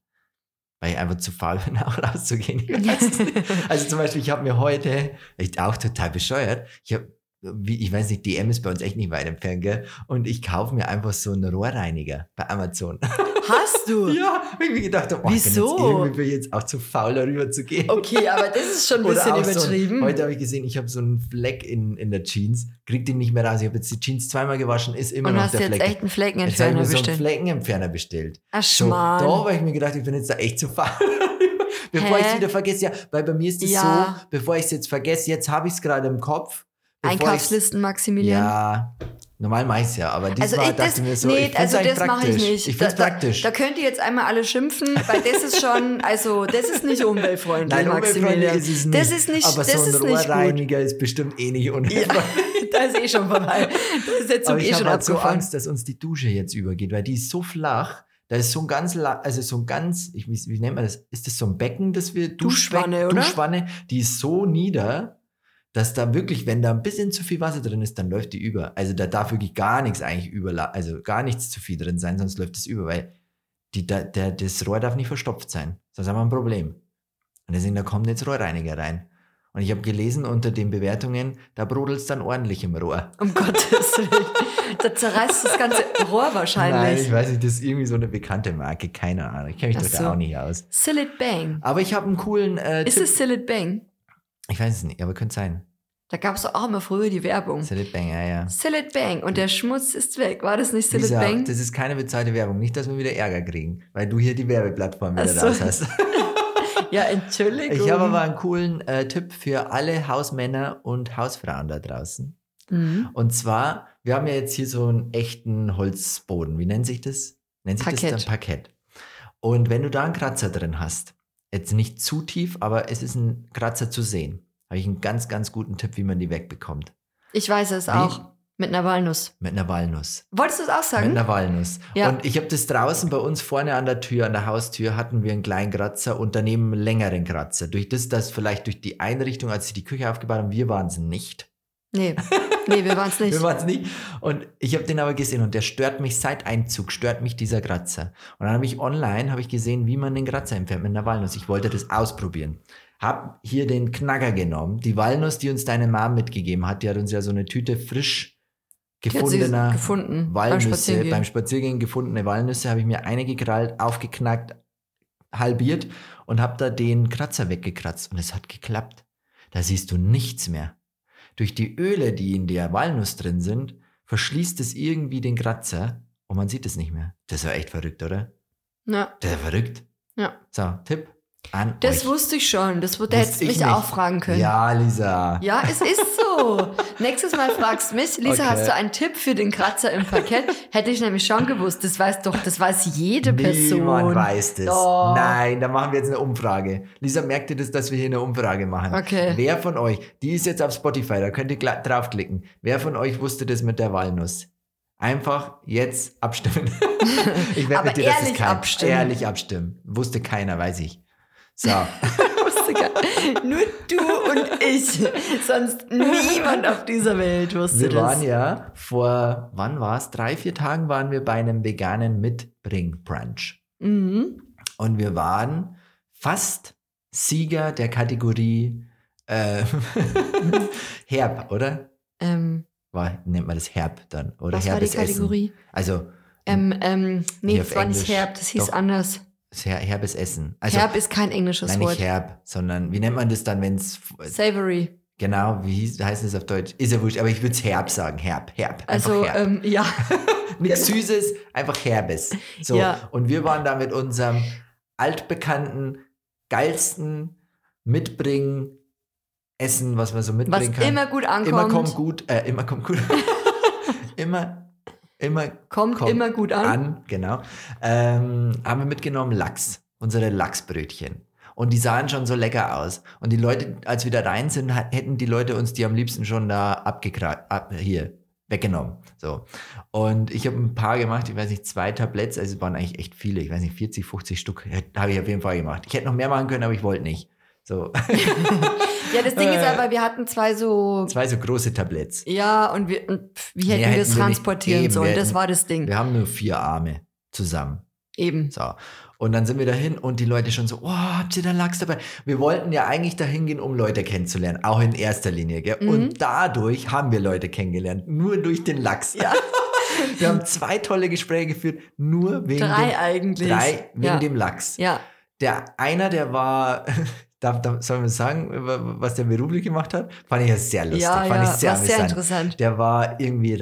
Speaker 2: Weil ich einfach zu faul <laughs> bin, auch rauszugehen. Ich
Speaker 1: <laughs>
Speaker 2: weiß nicht. also zum Beispiel, ich habe mir heute, ich auch total bescheuert, ich habe, wie, ich weiß nicht, DM ist bei uns echt nicht weit entfernt, gell? Und ich kaufe mir einfach so einen Rohrreiniger bei
Speaker 1: <laughs>
Speaker 2: Amazon.
Speaker 1: Hast hast du?
Speaker 2: <laughs> Ja, irgendwie gedacht, habe, oh,
Speaker 1: Wieso?
Speaker 2: Ich bin jetzt, irgendwie bin ich jetzt auch zu faul, darüber zu gehen.
Speaker 1: Okay, aber das ist schon ein bisschen
Speaker 2: auch
Speaker 1: übertrieben.
Speaker 2: So ein, heute habe ich gesehen, ich habe so einen Fleck in, in der Jeans, krieg den nicht mehr raus. Ich habe jetzt die Jeans zweimal gewaschen, ist immer
Speaker 1: und
Speaker 2: noch
Speaker 1: hast
Speaker 2: der
Speaker 1: jetzt
Speaker 2: Fleck.
Speaker 1: echt einen
Speaker 2: jetzt habe ich
Speaker 1: Fleckenentferner
Speaker 2: mir so einen
Speaker 1: bestellt.
Speaker 2: Fleckenentferner bestellt.
Speaker 1: Ach,
Speaker 2: So, da
Speaker 1: Schmarrn.
Speaker 2: habe ich mir gedacht, ich bin jetzt da echt zu faul. <laughs> bevor
Speaker 1: Hä?
Speaker 2: ich es wieder vergesse, ja, weil bei mir ist es
Speaker 1: Ja.
Speaker 2: so, bevor ich es jetzt vergesse, jetzt habe ich es gerade im Kopf. bevor ich's-
Speaker 1: Einkaufslisten, Maximilian.
Speaker 2: Ja, normal mache ich es ja, aber
Speaker 1: Also
Speaker 2: diesmal
Speaker 1: ich,
Speaker 2: dachte
Speaker 1: das,
Speaker 2: ich mir so, ich
Speaker 1: nee,
Speaker 2: finde es
Speaker 1: also das mache
Speaker 2: praktisch.
Speaker 1: ich nicht.
Speaker 2: Ich
Speaker 1: da,
Speaker 2: finde es
Speaker 1: da,
Speaker 2: praktisch.
Speaker 1: da könnt ihr jetzt einmal alle schimpfen, weil das ist schon, also das ist
Speaker 2: <laughs>
Speaker 1: nicht umweltfreundlich,
Speaker 2: Nein, umweltfreundlich
Speaker 1: Maximilian.
Speaker 2: ist es nicht.
Speaker 1: Das ist nicht,
Speaker 2: Hm. aber
Speaker 1: das
Speaker 2: so ein
Speaker 1: ist nicht gut.
Speaker 2: Rohrreiniger ist bestimmt eh nicht
Speaker 1: Ja,
Speaker 2: unheimlich.
Speaker 1: <laughs> da ist eh schon vorbei. Da ist der Zug
Speaker 2: aber ich
Speaker 1: eh
Speaker 2: habe
Speaker 1: schon
Speaker 2: halt so
Speaker 1: abgefahren.
Speaker 2: Angst, dass uns die Dusche jetzt übergeht, weil die ist so flach. Da ist so ein ganz, la- also so ein ganz, ich, wie, wie nennt man das? Ist das so ein Becken, das wir Duschbeck-
Speaker 1: Duschwanne, oder?
Speaker 2: Duschwanne, die ist so nieder, dass da wirklich, wenn da ein bisschen zu viel Wasser drin ist, dann läuft die über. Also da darf wirklich gar nichts eigentlich über, also gar nichts zu viel drin sein, sonst läuft es über, weil die, da, der, das Rohr darf nicht verstopft sein. Sonst haben wir ein Problem. Und deswegen, da kommt jetzt Rohrreiniger rein. Und ich habe gelesen unter den Bewertungen, da brodelt es dann ordentlich im Rohr.
Speaker 1: Um Gottes Willen. Da zerreißt das ganze Rohr
Speaker 2: Nein,
Speaker 1: wahrscheinlich.
Speaker 2: ich weiß nicht, das ist irgendwie so eine bekannte Marke, keine Ahnung. Ich kenne mich
Speaker 1: Ach
Speaker 2: doch
Speaker 1: so.
Speaker 2: da auch nicht aus.
Speaker 1: Sillet Bang.
Speaker 2: Aber ich habe einen coolen äh,
Speaker 1: Ist
Speaker 2: Tipp.
Speaker 1: es Sillet Bang?
Speaker 2: Ich weiß es nicht, aber könnte sein.
Speaker 1: Da gab es auch immer früher die Werbung.
Speaker 2: Salad Bang, ja, ja.
Speaker 1: Sillet Bang und der Schmutz ist weg. War das nicht Sillet
Speaker 2: Lisa,
Speaker 1: Bang?
Speaker 2: das ist keine bezahlte Werbung. Nicht, dass wir wieder Ärger kriegen, weil du hier die Werbeplattform wieder
Speaker 1: Ach so.
Speaker 2: raus hast.
Speaker 1: ja, Entschuldigung.
Speaker 2: Ich habe aber einen coolen äh, Tipp für alle Hausmänner und Hausfrauen da draußen.
Speaker 1: Mhm.
Speaker 2: Und zwar, wir haben ja jetzt hier so einen echten Holzboden. Wie nennt sich das? Nennt sich
Speaker 1: Parkett.
Speaker 2: das dann Parkett. Und wenn du da einen Kratzer drin hast, jetzt nicht zu tief, aber es ist ein Kratzer zu sehen, habe ich einen ganz, ganz guten Tipp, wie man die wegbekommt.
Speaker 1: Ich weiß es
Speaker 2: Wie?
Speaker 1: auch. Mit einer Walnuss.
Speaker 2: Mit einer Walnuss.
Speaker 1: Wolltest du es auch sagen?
Speaker 2: Mit einer Walnuss.
Speaker 1: Ja.
Speaker 2: Und ich habe das draußen bei uns vorne an der Tür, an der Haustür, hatten wir einen kleinen Kratzer und daneben einen längeren Kratzer. Durch das, dass vielleicht durch die Einrichtung, als sie die Küche aufgebaut haben, wir waren es nicht.
Speaker 1: Nee, nee wir waren es nicht.
Speaker 2: Wir waren es nicht. Und ich habe den aber gesehen und der stört mich seit Einzug, stört mich dieser Kratzer. Und dann habe ich online habe ich gesehen, wie man den Kratzer entfernt mit einer Walnuss. Ich wollte das ausprobieren. Hab hier den Knacker genommen, die Walnuss, die uns deine Mom mitgegeben hat. Die hat uns ja so eine Tüte frisch
Speaker 1: Die hat sie
Speaker 2: gefundener
Speaker 1: gefunden beim
Speaker 2: Walnüsse, beim
Speaker 1: Spazierengehen.
Speaker 2: Spaziergehen, gefundene Walnüsse, habe ich mir eine gekrallt, aufgeknackt, halbiert und habe da den Kratzer weggekratzt. Und es hat geklappt. Da siehst du nichts mehr. Durch die Öle, die in der Walnuss drin sind, verschließt es irgendwie den Kratzer und man sieht es nicht mehr. Das war echt verrückt, oder?
Speaker 1: ja,
Speaker 2: Das ist ja verrückt.
Speaker 1: Ja.
Speaker 2: So, Tipp an
Speaker 1: das
Speaker 2: euch.
Speaker 1: wusste ich schon. Das wurde,
Speaker 2: Wusste
Speaker 1: hättest du
Speaker 2: ich
Speaker 1: mich
Speaker 2: nicht.
Speaker 1: auch fragen können.
Speaker 2: Ja, Lisa.
Speaker 1: Ja, es ist so. Nächstes Mal fragst du mich, Lisa,
Speaker 2: Okay.
Speaker 1: hast du einen Tipp für den Kratzer im Parkett? Hätte ich nämlich schon gewusst. Das weiß doch, das weiß jede Person.
Speaker 2: Niemand weiß das.
Speaker 1: Doch.
Speaker 2: Nein, da machen wir jetzt eine Umfrage. Lisa, merkt ihr das, dass wir hier eine Umfrage machen?
Speaker 1: Okay.
Speaker 2: Wer von euch, die ist jetzt auf Spotify, da könnt ihr gla- draufklicken. Wer von euch wusste das mit der Walnuss? Einfach jetzt abstimmen. <laughs> ich werde
Speaker 1: Aber
Speaker 2: mit dir, dass es
Speaker 1: ehrlich
Speaker 2: kein-
Speaker 1: abstimmen.
Speaker 2: Ehrlich abstimmen. Wusste keiner, weiß ich.
Speaker 1: <laughs> <laughs>
Speaker 2: So,
Speaker 1: Wusste gar- Nur du und ich. Sonst niemand auf dieser Welt wusste
Speaker 2: wir
Speaker 1: das.
Speaker 2: waren ja vor, wann war's? Drei, vier Tagen waren wir bei einem veganen Mitbring-Brunch.
Speaker 1: mhm.
Speaker 2: Und wir waren fast Sieger der Kategorie äh, <laughs> Herb, oder?
Speaker 1: ähm,
Speaker 2: War, nennt man das Herb dann, oder?
Speaker 1: was war die
Speaker 2: Herbes Essen.
Speaker 1: Kategorie?
Speaker 2: Also
Speaker 1: Ähm, ähm, nee,
Speaker 2: Nicht
Speaker 1: das
Speaker 2: auf
Speaker 1: war nicht
Speaker 2: Englisch.
Speaker 1: Herb, das hieß
Speaker 2: Doch.
Speaker 1: anders.
Speaker 2: das Her herbes Essen. Also
Speaker 1: Herb ist kein englisches
Speaker 2: nein,
Speaker 1: Wort.
Speaker 2: nicht herb, sondern wie nennt man das dann, wenn es
Speaker 1: Savory.
Speaker 2: genau, wie hieß- heißt es auf Deutsch? Ist ja wurscht, aber ich würde es herb sagen. Herb, herb. Einfach
Speaker 1: Also,
Speaker 2: herb.
Speaker 1: ähm,
Speaker 2: <laughs>
Speaker 1: ja.
Speaker 2: Nichts Süßes, einfach Herbes. So.
Speaker 1: Genau. Ja.
Speaker 2: Und wir waren da mit unserem altbekannten, geilsten Mitbringen, Essen, was man so
Speaker 1: Was
Speaker 2: mitbringen kann.
Speaker 1: immer gut ankommt,
Speaker 2: immer kommt gut, äh, immer
Speaker 1: <laughs>
Speaker 2: kommt gut. immer, immer
Speaker 1: kommt,
Speaker 2: kommt
Speaker 1: immer gut an.
Speaker 2: an, genau. Ähm, haben wir mitgenommen Lachs, unsere Lachsbrötchen. Und die sahen schon so lecker aus. Und die Leute, als wir da rein sind, hat- hätten die Leute uns die am liebsten schon da abgekratzt, ab, hier, weggenommen. So. Und ich habe ein paar gemacht, ich weiß nicht, zwei Tabletts, also es waren eigentlich echt viele, ich weiß nicht, 40, 50 Stück hätt- habe ich auf jeden Fall gemacht. Ich hätte noch mehr machen können, aber ich wollte nicht. So, <laughs>
Speaker 1: Ja, das Ding ist
Speaker 2: Äh,
Speaker 1: aber, wir hatten zwei so.
Speaker 2: zwei so große Tabletts.
Speaker 1: Ja, und wir, und pf, wie
Speaker 2: Mehr
Speaker 1: hätten wir
Speaker 2: hätten
Speaker 1: es
Speaker 2: wir nicht-
Speaker 1: transportieren
Speaker 2: eben,
Speaker 1: sollen?
Speaker 2: wir
Speaker 1: Das
Speaker 2: hätten-
Speaker 1: war das Ding.
Speaker 2: Wir haben nur vier Arme zusammen.
Speaker 1: Eben.
Speaker 2: So. Und dann sind wir dahin und die Leute schon so, oh, habt ihr da Lachs dabei? Wir wollten ja eigentlich dahin gehen, um Leute kennenzulernen, auch in erster Linie. Gell?
Speaker 1: Mhm.
Speaker 2: Und dadurch haben wir Leute kennengelernt, nur durch den Lachs.
Speaker 1: Ja.
Speaker 2: <laughs> Wir haben zwei tolle Gespräche geführt, nur wegen,
Speaker 1: Drei
Speaker 2: dem,
Speaker 1: eigentlich.
Speaker 2: drei, wegen
Speaker 1: ja.
Speaker 2: dem Lachs.
Speaker 1: ja,
Speaker 2: Der einer, der war, <laughs> darf, darf, soll man sagen, was der beruflich gemacht hat, fand ich ja sehr lustig.
Speaker 1: ja,
Speaker 2: fand
Speaker 1: ja.
Speaker 2: ich sehr
Speaker 1: war sehr
Speaker 2: amüsant.
Speaker 1: interessant. <laughs>
Speaker 2: Der war irgendwie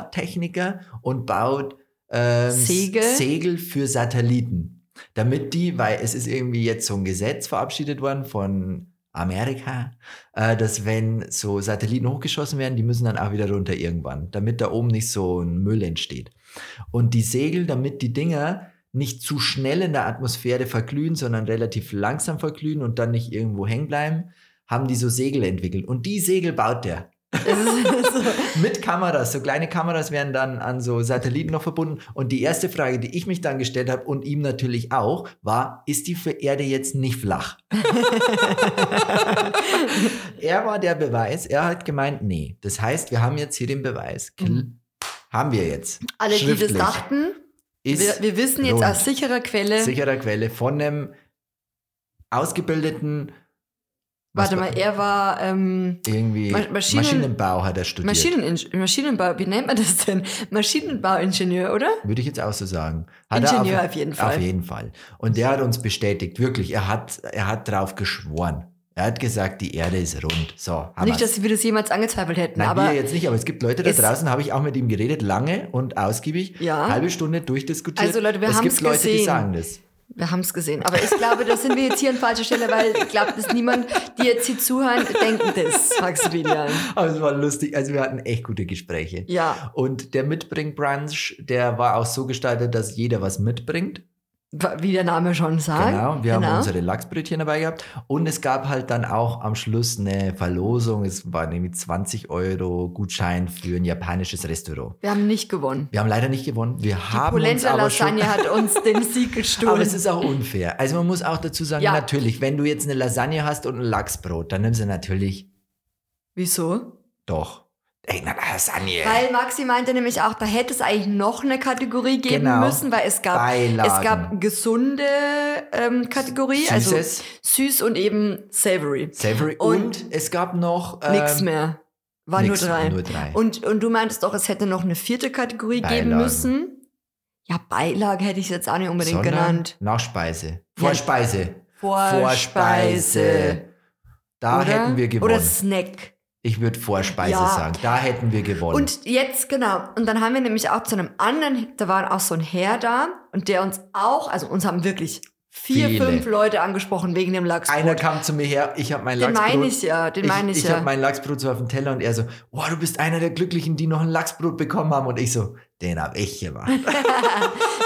Speaker 2: Raumfahrttechniker und baut ähm,
Speaker 1: Segel?
Speaker 2: Segel für Satelliten. Damit die, weil es ist irgendwie jetzt so ein Gesetz verabschiedet worden von Amerika, äh, dass wenn so Satelliten hochgeschossen werden, die müssen dann auch wieder runter irgendwann, damit da oben nicht so ein Müll entsteht. Und die Segel, damit die Dinger nicht zu schnell in der Atmosphäre verglühen, sondern relativ langsam verglühen und dann nicht irgendwo hängen bleiben, haben die so Segel entwickelt. Und die Segel baut der.
Speaker 1: Es ist so,
Speaker 2: Mit Kameras, so kleine Kameras werden dann an so Satelliten noch verbunden. Und die erste Frage, die ich mich dann gestellt habe und ihm natürlich auch, war, ist die für Erde jetzt nicht flach? <laughs> er war der Beweis, er hat gemeint, nee. Das heißt, wir haben jetzt hier den Beweis. Kl-
Speaker 1: Mhm.
Speaker 2: Haben wir jetzt.
Speaker 1: alle, die das
Speaker 2: Schriftlich.
Speaker 1: dachten, wir,
Speaker 2: Ist
Speaker 1: wir wissen jetzt
Speaker 2: rund.
Speaker 1: aus sicherer Quelle,
Speaker 2: sicherer Quelle von einem ausgebildeten was
Speaker 1: warte mal, er war ähm,
Speaker 2: irgendwie
Speaker 1: Ma- Maschinen-
Speaker 2: Maschinenbau hat er studiert.
Speaker 1: Maschinen Maschinenbau, wie nennt man das denn? Maschinenbauingenieur, oder?
Speaker 2: Würde ich jetzt auch so sagen. Hat
Speaker 1: Ingenieur
Speaker 2: er auf,
Speaker 1: auf jeden Fall.
Speaker 2: Auf jeden Fall. Und der hat uns bestätigt, wirklich, er hat, er hat drauf geschworen. Er hat gesagt, die Erde ist rund. So, haben
Speaker 1: Nicht,
Speaker 2: wir's.
Speaker 1: dass wir das jemals angezweifelt hätten,
Speaker 2: Nein,
Speaker 1: aber
Speaker 2: wir jetzt nicht, aber es gibt Leute da
Speaker 1: Es-
Speaker 2: draußen, habe ich auch mit ihm geredet, lange und ausgiebig,
Speaker 1: Ja.
Speaker 2: halbe Stunde durchdiskutiert.
Speaker 1: Also, Leute, wir
Speaker 2: es
Speaker 1: haben's
Speaker 2: gibt Leute, die
Speaker 1: gesehen.
Speaker 2: sagen das.
Speaker 1: wir haben es gesehen. Aber ich glaube, da sind wir jetzt hier an falscher Stelle, weil ich glaube, dass niemand, die jetzt hier zuhören, denken das, Maximilian.
Speaker 2: Aber es war lustig. Also wir hatten echt gute Gespräche.
Speaker 1: Ja,
Speaker 2: Und der Mitbring-Brunch, der war auch so gestaltet, dass jeder was mitbringt.
Speaker 1: wa- wie der Name schon sagt.
Speaker 2: Genau, wir haben unsere Lachsbrötchen dabei gehabt. Und es gab halt dann auch am Schluss eine Verlosung. Es war nämlich 20 Euro Gutschein für ein japanisches Restaurant.
Speaker 1: Wir haben nicht gewonnen.
Speaker 2: Wir haben leider nicht gewonnen.
Speaker 1: Die
Speaker 2: Wir haben uns
Speaker 1: Polenta
Speaker 2: aber schon... <laughs>
Speaker 1: Lasagne hat uns den Sieg
Speaker 2: Aber
Speaker 1: gestohlen.
Speaker 2: es ist auch unfair. Also man muss auch dazu sagen,
Speaker 1: Ja.
Speaker 2: natürlich, wenn du jetzt eine Lasagne hast und ein Lachsbrot, dann nimmst du natürlich
Speaker 1: Wieso?
Speaker 2: doch. Ey, na, Lasagne.
Speaker 1: Weil Maxi meinte nämlich auch, da hätte es eigentlich noch eine Kategorie geben
Speaker 2: Genau.
Speaker 1: müssen, weil es gab,
Speaker 2: Beilagen.
Speaker 1: es gab gesunde ähm, Kategorie, also
Speaker 2: Süßes,
Speaker 1: süß und eben savory.
Speaker 2: Savory und,
Speaker 1: und
Speaker 2: es gab noch...
Speaker 1: Nix
Speaker 2: ähm,
Speaker 1: mehr. War nur
Speaker 2: nix,
Speaker 1: drei.
Speaker 2: Nur drei.
Speaker 1: Und, und du meintest doch, es hätte noch eine vierte Kategorie geben
Speaker 2: Beilagen.
Speaker 1: müssen. Ja, Beilage hätte ich es jetzt auch nicht unbedingt
Speaker 2: Sondern
Speaker 1: genannt.
Speaker 2: Nachspeise. Vorspeise.
Speaker 1: Vorspeise. oder?
Speaker 2: Da Ah, hätten wir gewonnen.
Speaker 1: Oder Snack.
Speaker 2: ich würde Vorspeise
Speaker 1: Ja.
Speaker 2: sagen. Da hätten wir gewonnen.
Speaker 1: Und jetzt, genau. Und dann haben wir nämlich auch zu einem anderen, da war auch so ein Herr da und der uns auch, also uns haben wirklich vier,
Speaker 2: Viele.
Speaker 1: fünf Leute angesprochen wegen dem Lachs.
Speaker 2: Einer kam zu mir her, ich habe mein
Speaker 1: Den
Speaker 2: Lachsbrot.
Speaker 1: meine ich ja, den meine ich,
Speaker 2: ich
Speaker 1: ja.
Speaker 2: habe mein Lachsbrot so auf dem Teller und er so, wow, du bist einer der Glücklichen, die noch ein Lachsbrot bekommen haben. Und ich so, den habe ich
Speaker 1: <laughs>
Speaker 2: gemacht.
Speaker 1: <laughs>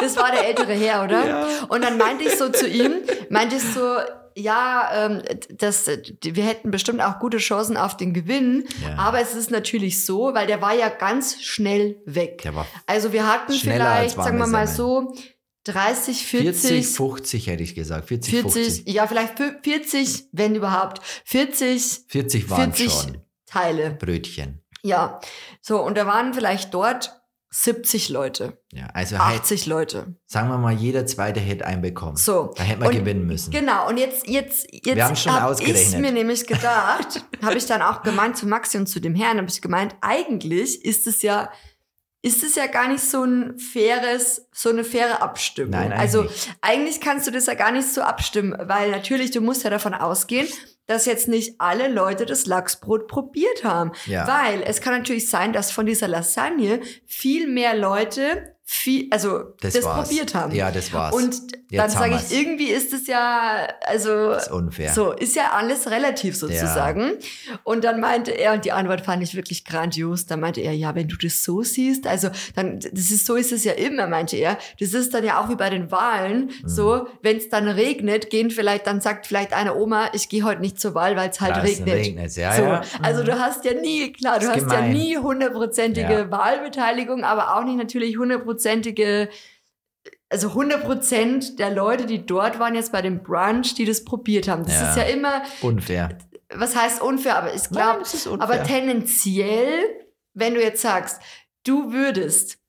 Speaker 1: Das war der ältere Herr, oder?
Speaker 2: Ja.
Speaker 1: Und dann meinte ich so zu ihm, meinte ich so, ja, ähm, das, wir hätten bestimmt auch gute Chancen auf den Gewinn,
Speaker 2: Ja.
Speaker 1: aber es ist natürlich so, weil der war ja ganz schnell weg.
Speaker 2: Der war
Speaker 1: Also wir hatten
Speaker 2: Schneller
Speaker 1: vielleicht,
Speaker 2: als warme
Speaker 1: sagen wir mal
Speaker 2: Semmeln.
Speaker 1: so, 30,
Speaker 2: 40,
Speaker 1: 40,
Speaker 2: 50 hätte ich gesagt. 40,
Speaker 1: 40,
Speaker 2: 50.
Speaker 1: ja, vielleicht fü- 40, wenn überhaupt, 40
Speaker 2: 40 waren
Speaker 1: 40
Speaker 2: schon
Speaker 1: Teile.
Speaker 2: Brötchen.
Speaker 1: Ja. So, und da waren vielleicht dort 70 Leute,
Speaker 2: Ja, also hätte,
Speaker 1: 80 Leute.
Speaker 2: sagen wir mal, jeder zweite hätte einen bekommen.
Speaker 1: So.
Speaker 2: Da hätten wir
Speaker 1: Und
Speaker 2: gewinnen müssen.
Speaker 1: Genau, und jetzt, jetzt, jetzt
Speaker 2: haben schon
Speaker 1: hab
Speaker 2: ausgerechnet.
Speaker 1: ich mir nämlich
Speaker 2: <laughs>
Speaker 1: gedacht, habe ich dann auch gemeint zu Maxi und zu dem Herrn, habe ich gemeint, eigentlich ist es ja, ist es ja gar nicht so ein faires, so eine faire Abstimmung.
Speaker 2: Nein, eigentlich
Speaker 1: also
Speaker 2: nicht.
Speaker 1: eigentlich kannst du das ja gar nicht so abstimmen, weil natürlich, du musst ja davon ausgehen, dass jetzt nicht alle Leute das Lachsbrot probiert haben.
Speaker 2: Ja.
Speaker 1: Weil es kann natürlich sein, dass von dieser Lasagne viel mehr Leute viel, also das,
Speaker 2: war's.
Speaker 1: probiert haben.
Speaker 2: Ja, das war's.
Speaker 1: Und dann
Speaker 2: Jetzt haben
Speaker 1: sage
Speaker 2: wir's.
Speaker 1: ich, irgendwie ist es ja, also
Speaker 2: das ist unfair.
Speaker 1: so, ist ja alles relativ sozusagen. Und dann meinte er, und die Antwort fand ich wirklich grandios, dann meinte er, ja, wenn du das so siehst, also dann, das ist, so ist es ja immer, meinte er. Das ist dann ja auch wie bei den Wahlen, so, wenn es dann regnet, gehen vielleicht, dann sagt vielleicht eine Oma, ich gehe heute nicht zur Wahl, weil es halt
Speaker 2: Draußen
Speaker 1: regnet.
Speaker 2: regnet's, ja,
Speaker 1: so,
Speaker 2: ja. Mhm.
Speaker 1: Also du hast ja nie, klar, du
Speaker 2: Ist
Speaker 1: hast
Speaker 2: gemein.
Speaker 1: ja nie hundertprozentige
Speaker 2: Ja.
Speaker 1: Wahlbeteiligung, aber auch nicht natürlich hundertprozentige, also 100 Prozent der Leute, die dort waren, jetzt bei dem Brunch, die das probiert haben. Das
Speaker 2: Ja.
Speaker 1: ist ja immer,
Speaker 2: Unfair.
Speaker 1: was heißt unfair, aber ich glaube,
Speaker 2: es ist unfair.
Speaker 1: aber tendenziell, wenn du jetzt sagst, du würdest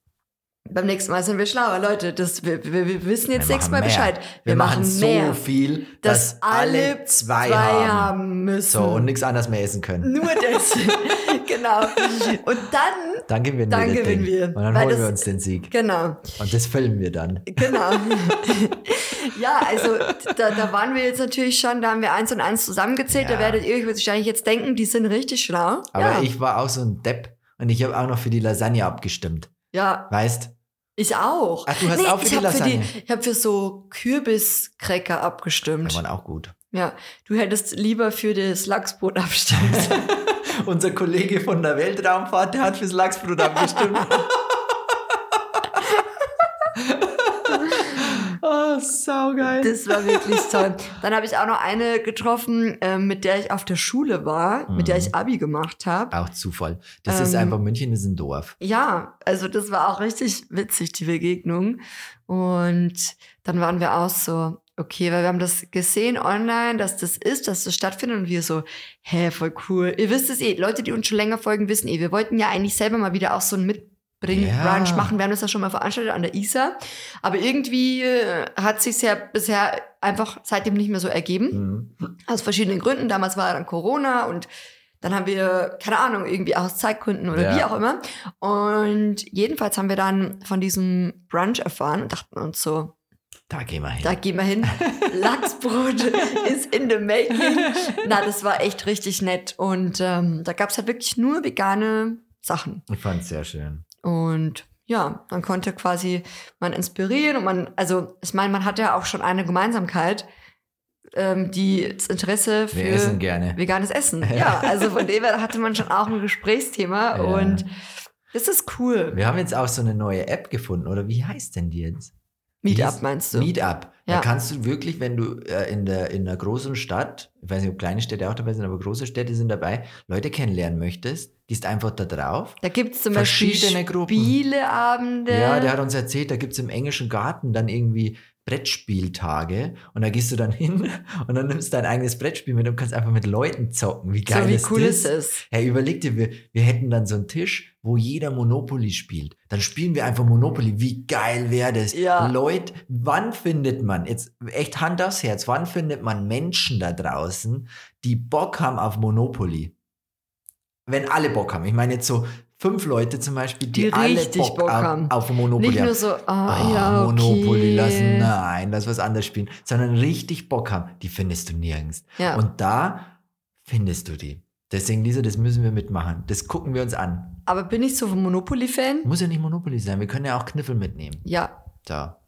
Speaker 1: Beim nächsten Mal sind wir schlauer, Leute. Das, wir, wir, wir wissen jetzt
Speaker 2: Wir machen
Speaker 1: sechsmal
Speaker 2: mehr.
Speaker 1: Bescheid.
Speaker 2: Wir, machen,
Speaker 1: mehr,
Speaker 2: so viel,
Speaker 1: dass,
Speaker 2: dass
Speaker 1: alle zwei, haben. müssen.
Speaker 2: So, und nichts anderes mehr essen können.
Speaker 1: Nur
Speaker 2: <laughs>
Speaker 1: das. genau. Und dann,
Speaker 2: Dann gewinnen
Speaker 1: Dann
Speaker 2: wir das
Speaker 1: gewinnen
Speaker 2: Ding.
Speaker 1: wir.
Speaker 2: Und dann
Speaker 1: Weil
Speaker 2: holen
Speaker 1: das-
Speaker 2: wir uns den Sieg.
Speaker 1: genau,
Speaker 2: Und das filmen wir dann.
Speaker 1: genau. ja, also da, da waren wir jetzt natürlich schon, da haben wir eins und eins zusammengezählt. Da
Speaker 2: Ja.
Speaker 1: werdet ihr euch wahrscheinlich jetzt denken, die sind richtig schlau.
Speaker 2: Aber
Speaker 1: ja.
Speaker 2: ich war auch so ein Depp und ich habe auch noch für die Lasagne abgestimmt.
Speaker 1: ja,
Speaker 2: Weißt?
Speaker 1: ich auch.
Speaker 2: Ach, du hast auch für
Speaker 1: ich
Speaker 2: die
Speaker 1: habe für,
Speaker 2: Lasagne.
Speaker 1: die- ich hab für so Kürbiscracker
Speaker 2: Die
Speaker 1: abgestimmt.
Speaker 2: waren auch gut.
Speaker 1: Ja, du hättest lieber für das Lachsbrot abstimmen
Speaker 2: <laughs>
Speaker 1: sollen.
Speaker 2: Unser Kollege von der Weltraumfahrt, der hat fürs Lachsbrot
Speaker 1: <laughs>
Speaker 2: abgestimmt. oh, saugeil.
Speaker 1: Das war wirklich toll. Dann habe ich auch noch eine getroffen, ähm, mit der ich auf der Schule war, mit der
Speaker 2: Mhm.
Speaker 1: ich Abi gemacht habe.
Speaker 2: auch Zufall. Das ist
Speaker 1: Ähm,
Speaker 2: einfach, München ist ein Dorf.
Speaker 1: Ja, also das war auch richtig witzig, die Begegnung. Und dann waren wir auch so, okay, weil wir haben das gesehen online, dass das ist, dass das stattfindet und wir so, hä, voll cool. Ihr wisst es eh, Leute, die uns schon länger folgen, wissen eh, wir wollten ja eigentlich selber mal wieder auch so ein Mitbringen
Speaker 2: Ja.
Speaker 1: Brunch machen. Wir haben das ja schon mal veranstaltet an der ISA. Aber irgendwie äh, hat sich ja bisher einfach seitdem nicht mehr so ergeben
Speaker 2: Mhm.
Speaker 1: aus verschiedenen Gründen. Damals war dann Corona und dann haben wir, keine Ahnung, irgendwie aus Zeitgründen oder
Speaker 2: Ja.
Speaker 1: wie auch immer. Und jedenfalls haben wir dann von diesem Brunch erfahren und dachten uns so,
Speaker 2: Da gehen wir hin.
Speaker 1: da gehen wir
Speaker 2: <laughs>
Speaker 1: hin. Lachsbrot ist in the making. Na, das war echt richtig nett. Und ähm, da gab es halt wirklich nur vegane Sachen.
Speaker 2: ich fand es sehr schön.
Speaker 1: Und ja, man konnte quasi man inspirieren und man, also ich meine, man hat ja auch schon eine Gemeinsamkeit, ähm, die das Interesse für
Speaker 2: Wir essen gerne.
Speaker 1: veganes Essen. Ja, also von dem her hatte man schon auch ein Gesprächsthema
Speaker 2: Ja.
Speaker 1: und das ist cool.
Speaker 2: Wir haben jetzt auch so eine neue App gefunden, oder wie heißt denn die jetzt?
Speaker 1: Meetup
Speaker 2: Dies-
Speaker 1: meinst du?
Speaker 2: Meetup.
Speaker 1: Ja.
Speaker 2: Da kannst du wirklich, wenn du äh, in, der, in einer großen Stadt, ich weiß nicht, ob kleine Städte auch dabei sind, aber große Städte sind dabei, Leute kennenlernen möchtest, gehst einfach da drauf.
Speaker 1: Da gibt es zum Beispiel
Speaker 2: Verschiedene Gruppen.
Speaker 1: Spieleabende.
Speaker 2: Ja, der hat uns erzählt, da gibt es im englischen Garten dann irgendwie Brettspieltage und da gehst du dann <laughs> hin und dann nimmst du dein eigenes Brettspiel mit und kannst einfach mit Leuten zocken. Wie geil
Speaker 1: so wie
Speaker 2: ist
Speaker 1: cool
Speaker 2: das?
Speaker 1: ist es.
Speaker 2: Hey, überleg dir, wir, wir hätten dann so einen Tisch, wo jeder Monopoly spielt. Dann spielen wir einfach Monopoly. Wie geil wäre das?
Speaker 1: Ja.
Speaker 2: Leute, wann findet man, jetzt echt Hand aufs Herz, wann findet man Menschen da draußen, die Bock haben auf Monopoly? Wenn alle Bock haben. Ich meine jetzt so fünf Leute zum Beispiel, die,
Speaker 1: Die
Speaker 2: alle
Speaker 1: richtig
Speaker 2: Bock,
Speaker 1: Bock
Speaker 2: auf-
Speaker 1: haben.
Speaker 2: auf Monopoly
Speaker 1: Nicht
Speaker 2: haben.
Speaker 1: nur so, ah,
Speaker 2: Ah,
Speaker 1: ja, okay.
Speaker 2: Monopoly lassen, nein, lass was anderes spielen, sondern richtig Bock haben, die findest du nirgends.
Speaker 1: Ja.
Speaker 2: Und da findest du die. Deswegen, Lisa, das müssen wir mitmachen. Das gucken wir uns an.
Speaker 1: Aber bin ich so ein Monopoly-Fan?
Speaker 2: Muss ja nicht Monopoly sein. Wir können ja auch Kniffel mitnehmen.
Speaker 1: Ja,
Speaker 2: Da.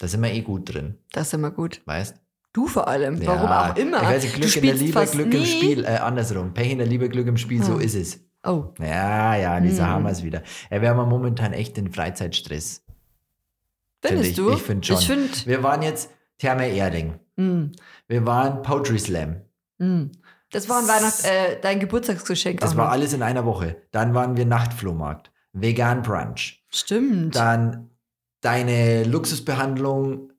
Speaker 2: Da sind wir eh gut drin,
Speaker 1: das ist immer gut.
Speaker 2: weißt?
Speaker 1: Du vor allem,
Speaker 2: Ja.
Speaker 1: warum auch immer.
Speaker 2: Ich weiß, nicht, Glück in der
Speaker 1: spielst
Speaker 2: Liebe,
Speaker 1: fast
Speaker 2: Glück im
Speaker 1: nie.
Speaker 2: Spiel. Äh, andersrum. Pech in der Liebe, Glück im Spiel, so
Speaker 1: Ah.
Speaker 2: ist es.
Speaker 1: Oh,
Speaker 2: Ja, ja, Lisa,
Speaker 1: Hm.
Speaker 2: haben wir es wieder. Äh, wir haben ja momentan echt den Freizeitstress.
Speaker 1: findest
Speaker 2: ich.
Speaker 1: du?
Speaker 2: Ich find schon.
Speaker 1: Ich finde,
Speaker 2: Wir waren jetzt Therme Erding. Wir waren Poetry Slam.
Speaker 1: hm. das war ein Weihnachts-, äh, dein Geburtstagsgeschenk. auch
Speaker 2: Das war
Speaker 1: noch.
Speaker 2: alles in einer Woche. Dann waren wir Nachtflohmarkt, Vegan Brunch.
Speaker 1: Stimmt.
Speaker 2: Dann deine Luxusbehandlung.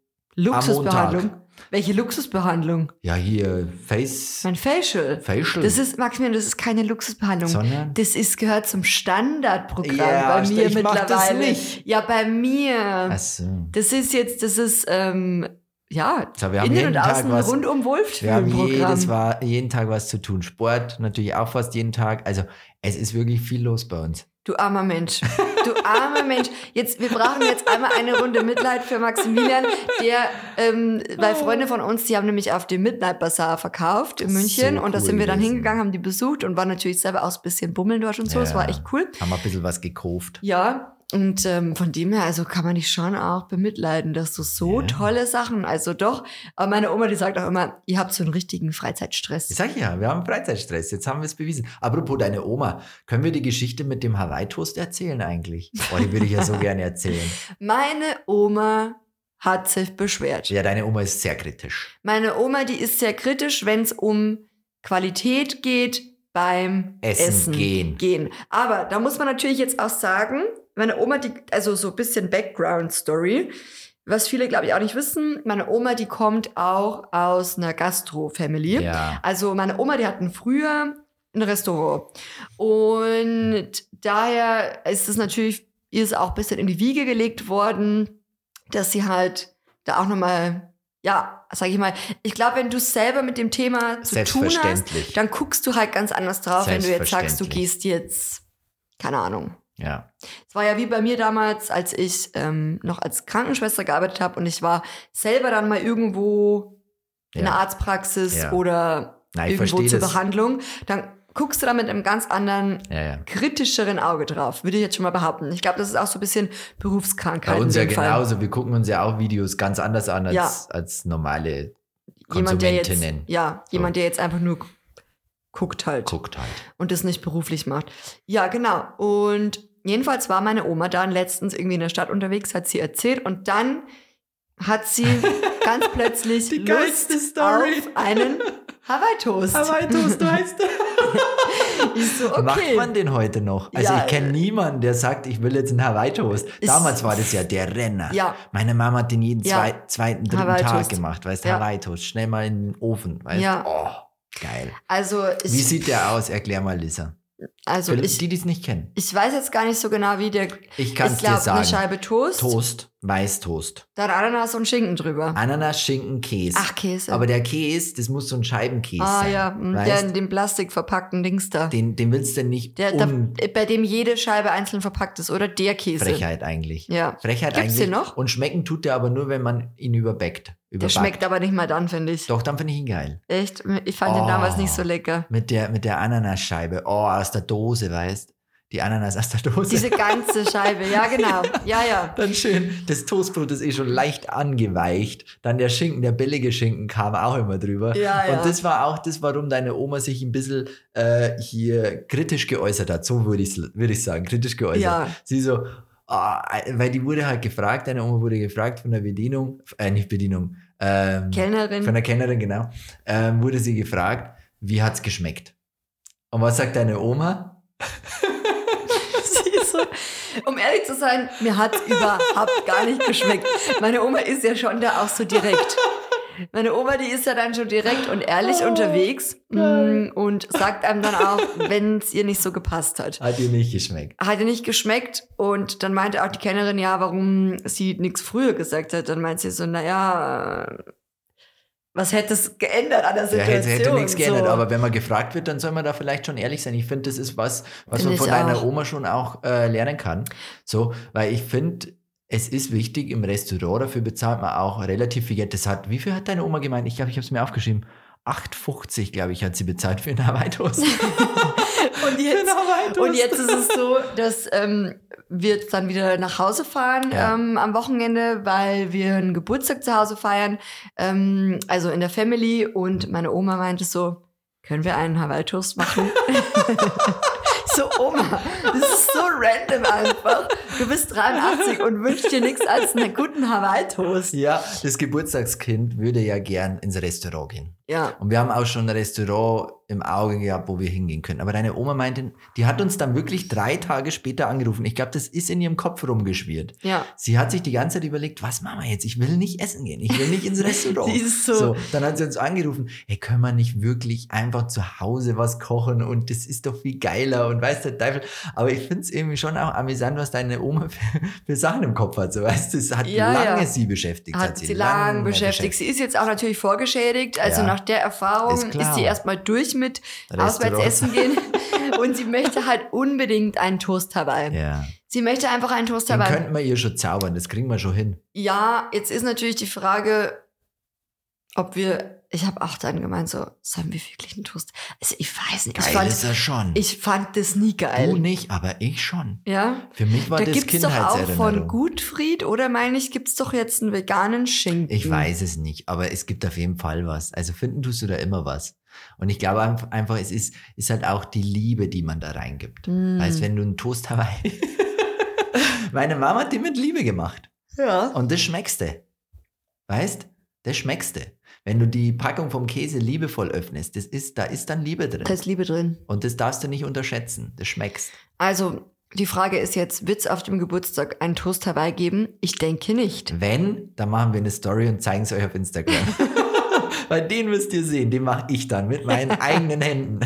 Speaker 2: am
Speaker 1: Luxusbehandlung. Welche Luxusbehandlung?
Speaker 2: Ja, hier Face,
Speaker 1: Mein Facial.
Speaker 2: Facial.
Speaker 1: Das ist, Maximilian, das ist keine Luxusbehandlung.
Speaker 2: sondern
Speaker 1: Das ist, gehört zum Standardprogramm
Speaker 2: Ja,
Speaker 1: bei mir
Speaker 2: ich mach
Speaker 1: mittlerweile.
Speaker 2: das nicht. Also
Speaker 1: Ja, bei mir.
Speaker 2: Achso.
Speaker 1: Das ist jetzt, das ist, ähm, ja,
Speaker 2: So, wir haben
Speaker 1: innen
Speaker 2: jeden
Speaker 1: und
Speaker 2: Tag
Speaker 1: außen
Speaker 2: was.
Speaker 1: rundum
Speaker 2: Wir haben
Speaker 1: Wohlfühlprogramm.
Speaker 2: jedes war, jeden Tag was zu tun. Sport natürlich auch fast jeden Tag. Also es ist wirklich viel los bei uns.
Speaker 1: Du armer Mensch. Du armer Mensch. Jetzt, wir brauchen jetzt einmal eine Runde Mitleid für Maximilian, der, ähm, weil Freunde von uns, die haben nämlich auf dem Midnight Bazaar verkauft in
Speaker 2: So
Speaker 1: München und da
Speaker 2: cool
Speaker 1: sind wir dann
Speaker 2: gewesen.
Speaker 1: hingegangen, haben die besucht und waren natürlich selber auch ein bisschen bummeln dort und so. Es
Speaker 2: Ja.
Speaker 1: war echt cool.
Speaker 2: Haben wir ein bisschen was gekauft.
Speaker 1: Ja. Und ähm, von dem her, also kann man dich schon auch bemitleiden, dass du so
Speaker 2: Ja.
Speaker 1: tolle Sachen, also doch. Aber meine Oma, die sagt auch immer, ihr habt so einen richtigen
Speaker 2: Ich
Speaker 1: Freizeitstress.
Speaker 2: sag ja, wir haben Freizeitstress. Jetzt haben wir es bewiesen. Apropos deine Oma, können wir die Geschichte mit dem Hawaii-Toast erzählen eigentlich? Oh, die würde
Speaker 1: <laughs>
Speaker 2: ich ja so gerne erzählen.
Speaker 1: Meine Oma hat sich beschwert.
Speaker 2: Ja, deine Oma ist sehr kritisch.
Speaker 1: Meine Oma, die ist sehr kritisch, wenn es um Qualität geht beim
Speaker 2: Essen,
Speaker 1: Essen,
Speaker 2: gehen.
Speaker 1: gehen. Aber da muss man natürlich jetzt auch sagen, meine Oma, die, also so ein bisschen Background-Story, was viele, glaube ich, auch nicht wissen, meine Oma, die kommt auch aus einer Gastro-Family.
Speaker 2: Ja.
Speaker 1: Also meine Oma, die hatten früher ein Restaurant. Und daher ist es natürlich ihr ist auch ein bisschen in die Wiege gelegt worden, dass sie halt da auch nochmal, ja, sag ich mal, ich glaube, wenn du selber mit dem Thema zu tun hast,
Speaker 2: Selbstverständlich.
Speaker 1: dann guckst du halt ganz anders drauf, wenn du jetzt sagst, du
Speaker 2: Selbstverständlich.
Speaker 1: gehst jetzt, keine Ahnung.
Speaker 2: ja.
Speaker 1: Es war ja wie bei mir damals, als ich ähm, noch als Krankenschwester gearbeitet habe und ich war selber dann mal irgendwo in
Speaker 2: ja.
Speaker 1: der Arztpraxis
Speaker 2: Ja.
Speaker 1: oder
Speaker 2: Nein, ich
Speaker 1: irgendwo
Speaker 2: verstehe
Speaker 1: zur
Speaker 2: das.
Speaker 1: Behandlung, dann guckst du da mit einem ganz anderen
Speaker 2: Ja, ja.
Speaker 1: kritischeren Auge drauf, würde ich jetzt schon mal behaupten. Ich glaube, das ist auch so ein bisschen Berufskrankheit.
Speaker 2: Bei uns
Speaker 1: in
Speaker 2: ja
Speaker 1: dem Fall.
Speaker 2: genauso. Wir gucken uns ja auch Videos ganz anders an als,
Speaker 1: Ja.
Speaker 2: als normale
Speaker 1: Jemand, der jetzt,
Speaker 2: Konsumentinnen.
Speaker 1: ja, jemand, der jetzt einfach nur guckt halt
Speaker 2: Guckt halt.
Speaker 1: und das nicht beruflich macht. Ja, genau. Und jedenfalls war meine Oma dann letztens irgendwie in der Stadt unterwegs, hat sie erzählt und dann hat sie
Speaker 2: <laughs>
Speaker 1: ganz plötzlich
Speaker 2: Die
Speaker 1: Lust
Speaker 2: geilste Story.
Speaker 1: auf
Speaker 2: <laughs>
Speaker 1: einen Hawaii-Toast. <laughs>
Speaker 2: Toast, du heißt
Speaker 1: Ich so,
Speaker 2: Macht
Speaker 1: okay.
Speaker 2: man den heute noch? Also
Speaker 1: Ja,
Speaker 2: ich kenne
Speaker 1: äh,
Speaker 2: niemanden, der sagt, ich will jetzt einen Hawaii-Toast.
Speaker 1: Ist-
Speaker 2: Damals war das ja der Renner.
Speaker 1: Ja.
Speaker 2: Meine Mama hat den jeden
Speaker 1: Ja.
Speaker 2: zwei, zweiten, dritten Tag
Speaker 1: Hawaii-Toast.
Speaker 2: gemacht, weißt du,
Speaker 1: Ja.
Speaker 2: Hawaii-Toast. Schnell mal in den Ofen, weißt du?
Speaker 1: Ja.
Speaker 2: Oh, geil.
Speaker 1: Also
Speaker 2: Wie
Speaker 1: ich,
Speaker 2: sieht der aus? Erklär mal, Lisa.
Speaker 1: also
Speaker 2: Für
Speaker 1: ich,
Speaker 2: die, die es nicht kennen.
Speaker 1: ich weiß jetzt gar nicht so genau, wie der.
Speaker 2: Ich kann
Speaker 1: Ich
Speaker 2: es dir
Speaker 1: glaube, eine
Speaker 2: sagen.
Speaker 1: Scheibe Toast,
Speaker 2: Toast, Weißtoast.
Speaker 1: dann Ananas und Schinken drüber.
Speaker 2: Ananas, Schinken, Ah, Käse.
Speaker 1: Ach, Käse.
Speaker 2: Aber der Käse, das muss so ein Scheibenkäse
Speaker 1: ah
Speaker 2: sein.
Speaker 1: ja, mh, der
Speaker 2: weißt?
Speaker 1: in dem Plastik verpackten Dings da.
Speaker 2: Den, den willst du nicht
Speaker 1: Der, da
Speaker 2: un
Speaker 1: bei dem jede Scheibe einzeln verpackt ist, oder? Der Käse.
Speaker 2: Frechheit eigentlich.
Speaker 1: Ja.
Speaker 2: Frechheit
Speaker 1: Gibt's
Speaker 2: eigentlich.
Speaker 1: den noch?
Speaker 2: Und schmecken tut der aber nur, wenn man ihn überbackt.
Speaker 1: Der
Speaker 2: überbackt.
Speaker 1: schmeckt aber nicht mal dann, finde ich.
Speaker 2: Doch, dann finde ich ihn geil.
Speaker 1: Echt? Ich fand
Speaker 2: Oh.
Speaker 1: den damals nicht so lecker.
Speaker 2: Mit der, mit der Ananasscheibe. Oh, aus der Dose, weißt Die Ananas aus der Dose.
Speaker 1: Diese ganze Scheibe, ja genau. Ja, ja.
Speaker 2: dann schön, das Toastbrot ist eh schon leicht angeweicht. Dann der Schinken, der billige Schinken kam auch immer drüber.
Speaker 1: Ja, ja.
Speaker 2: Und das war auch das, warum deine Oma sich ein bisschen äh, hier kritisch geäußert hat. So würde ich würd ich sagen, kritisch geäußert.
Speaker 1: Ja.
Speaker 2: Sie so, ah, weil die wurde halt gefragt, deine Oma wurde gefragt von der Bedienung, äh, nicht Bedienung, ähm, von
Speaker 1: Kellnerin,
Speaker 2: der Kellnerin, genau, ähm, wurde sie gefragt, wie hat's geschmeckt? Und was sagt deine Oma?
Speaker 1: sie ist <laughs> so, um ehrlich zu sein, mir hat es überhaupt gar nicht geschmeckt. Meine Oma ist ja schon da auch so direkt. Meine Oma, die ist ja dann schon direkt und ehrlich
Speaker 2: Oh,
Speaker 1: unterwegs
Speaker 2: geil.
Speaker 1: mm, und sagt einem dann auch, wenn es ihr nicht so gepasst hat.
Speaker 2: Hat ihr nicht geschmeckt.
Speaker 1: Hat ihr nicht geschmeckt und dann meinte auch die Kellnerin, ja, warum sie nichts früher gesagt hat. Dann meint sie so, naja, was hätte es geändert an der
Speaker 2: Ja,
Speaker 1: Situation?
Speaker 2: hätte, hätte nichts geändert,
Speaker 1: so.
Speaker 2: aber wenn man gefragt wird, dann soll man da vielleicht schon ehrlich sein. Ich finde, das ist was, was
Speaker 1: Find
Speaker 2: man
Speaker 1: ich
Speaker 2: von deiner
Speaker 1: auch.
Speaker 2: Oma schon auch äh, lernen kann. So, weil ich finde, es ist wichtig im Restaurant, dafür bezahlt man auch relativ viel Geld. Das hat, wie viel hat deine Oma gemeint? Ich glaube, ich habe es mir aufgeschrieben. 8,50, glaube ich, hat sie bezahlt für
Speaker 1: <laughs>
Speaker 2: einen Hawaii-Toast.
Speaker 1: Und jetzt, und jetzt ist es so, dass ähm, wir jetzt dann wieder nach Hause fahren
Speaker 2: Ja.
Speaker 1: ähm, am Wochenende, weil wir einen Geburtstag zu Hause feiern, ähm, also in der Family. Und meine Oma meinte so, können wir einen Hawaii-Toast machen? <laughs> so, Oma, das ist so random einfach. Du bist 83 und wünschst dir nichts als einen guten Hawaii-Toast.
Speaker 2: Ja, das Geburtstagskind würde ja gern ins Restaurant gehen.
Speaker 1: Ja.
Speaker 2: Und wir haben auch schon ein Restaurant im Auge gehabt, wo wir hingehen können. Aber deine Oma meinte, die hat uns dann wirklich drei Tage später angerufen. Ich glaube, das ist in ihrem Kopf rumgeschwirrt.
Speaker 1: Ja.
Speaker 2: Sie hat sich die ganze Zeit überlegt, was machen wir jetzt? Ich will nicht essen gehen. Ich will
Speaker 1: <laughs>
Speaker 2: nicht ins Restaurant.
Speaker 1: Sie ist so-
Speaker 2: Dann hat sie uns angerufen, hey, können wir nicht wirklich einfach zu Hause was kochen und das ist doch viel geiler und weiß der Teufel. Aber ich finde es irgendwie schon auch amüsant, was deine Oma <laughs> für, für Sachen im Kopf hat. So, weißt, du, das hat
Speaker 1: Ja,
Speaker 2: lange
Speaker 1: ja.
Speaker 2: sie beschäftigt.
Speaker 1: Hat sie lang beschäftigt. Sie ist jetzt auch natürlich vorgeschädigt. Also
Speaker 2: Ja.
Speaker 1: nach der Erfahrung
Speaker 2: Ist
Speaker 1: ist,
Speaker 2: klar.
Speaker 1: sie erstmal durch mit
Speaker 2: Restaurants.
Speaker 1: auswärts essen gehen. Und sie möchte halt unbedingt einen Toast dabei.
Speaker 2: <laughs> Ja.
Speaker 1: Sie möchte einfach einen Toast
Speaker 2: Den
Speaker 1: dabei.
Speaker 2: könnten wir ihr schon zaubern, das kriegen wir schon hin.
Speaker 1: Ja, jetzt ist natürlich die Frage, ob wir. Ich habe auch dann gemeint, so, sollen wir wirklich einen Toast? Also ich weiß nicht. Ich
Speaker 2: Geil ist
Speaker 1: fand,
Speaker 2: er schon.
Speaker 1: ich fand das nie
Speaker 2: du
Speaker 1: geil.
Speaker 2: nicht, aber ich schon.
Speaker 1: Ja.
Speaker 2: Für mich war
Speaker 1: Da
Speaker 2: das
Speaker 1: gibt es doch auch von
Speaker 2: Kindheitserinnerung.
Speaker 1: Gutfried, oder meine ich, gibt es doch jetzt einen veganen Schinken.
Speaker 2: Ich weiß es nicht, aber es gibt auf jeden Fall was. Also finden tust du da immer was. Und ich glaube einf- einfach, es ist, ist halt auch die Liebe, die man da reingibt.
Speaker 1: Hm.
Speaker 2: Weißt, wenn du einen Toast Hawaii... <laughs> Meine Mama hat den mit Liebe gemacht.
Speaker 1: Ja.
Speaker 2: Und das schmeckst du. Weißt? Das schmeckst du. Wenn du die Packung vom Käse liebevoll öffnest, das ist, da ist dann Liebe drin.
Speaker 1: Da ist Liebe drin.
Speaker 2: Und das darfst du nicht unterschätzen. Das schmeckst.
Speaker 1: Also, die Frage ist jetzt, wird's auf dem Geburtstag einen Toast Hawaii geben? Ich denke
Speaker 2: <laughs>
Speaker 1: nicht.
Speaker 2: Wenn, dann machen wir eine Story und zeigen es euch auf Instagram. Weil den müsst ihr sehen, den mache ich dann mit meinen eigenen Händen.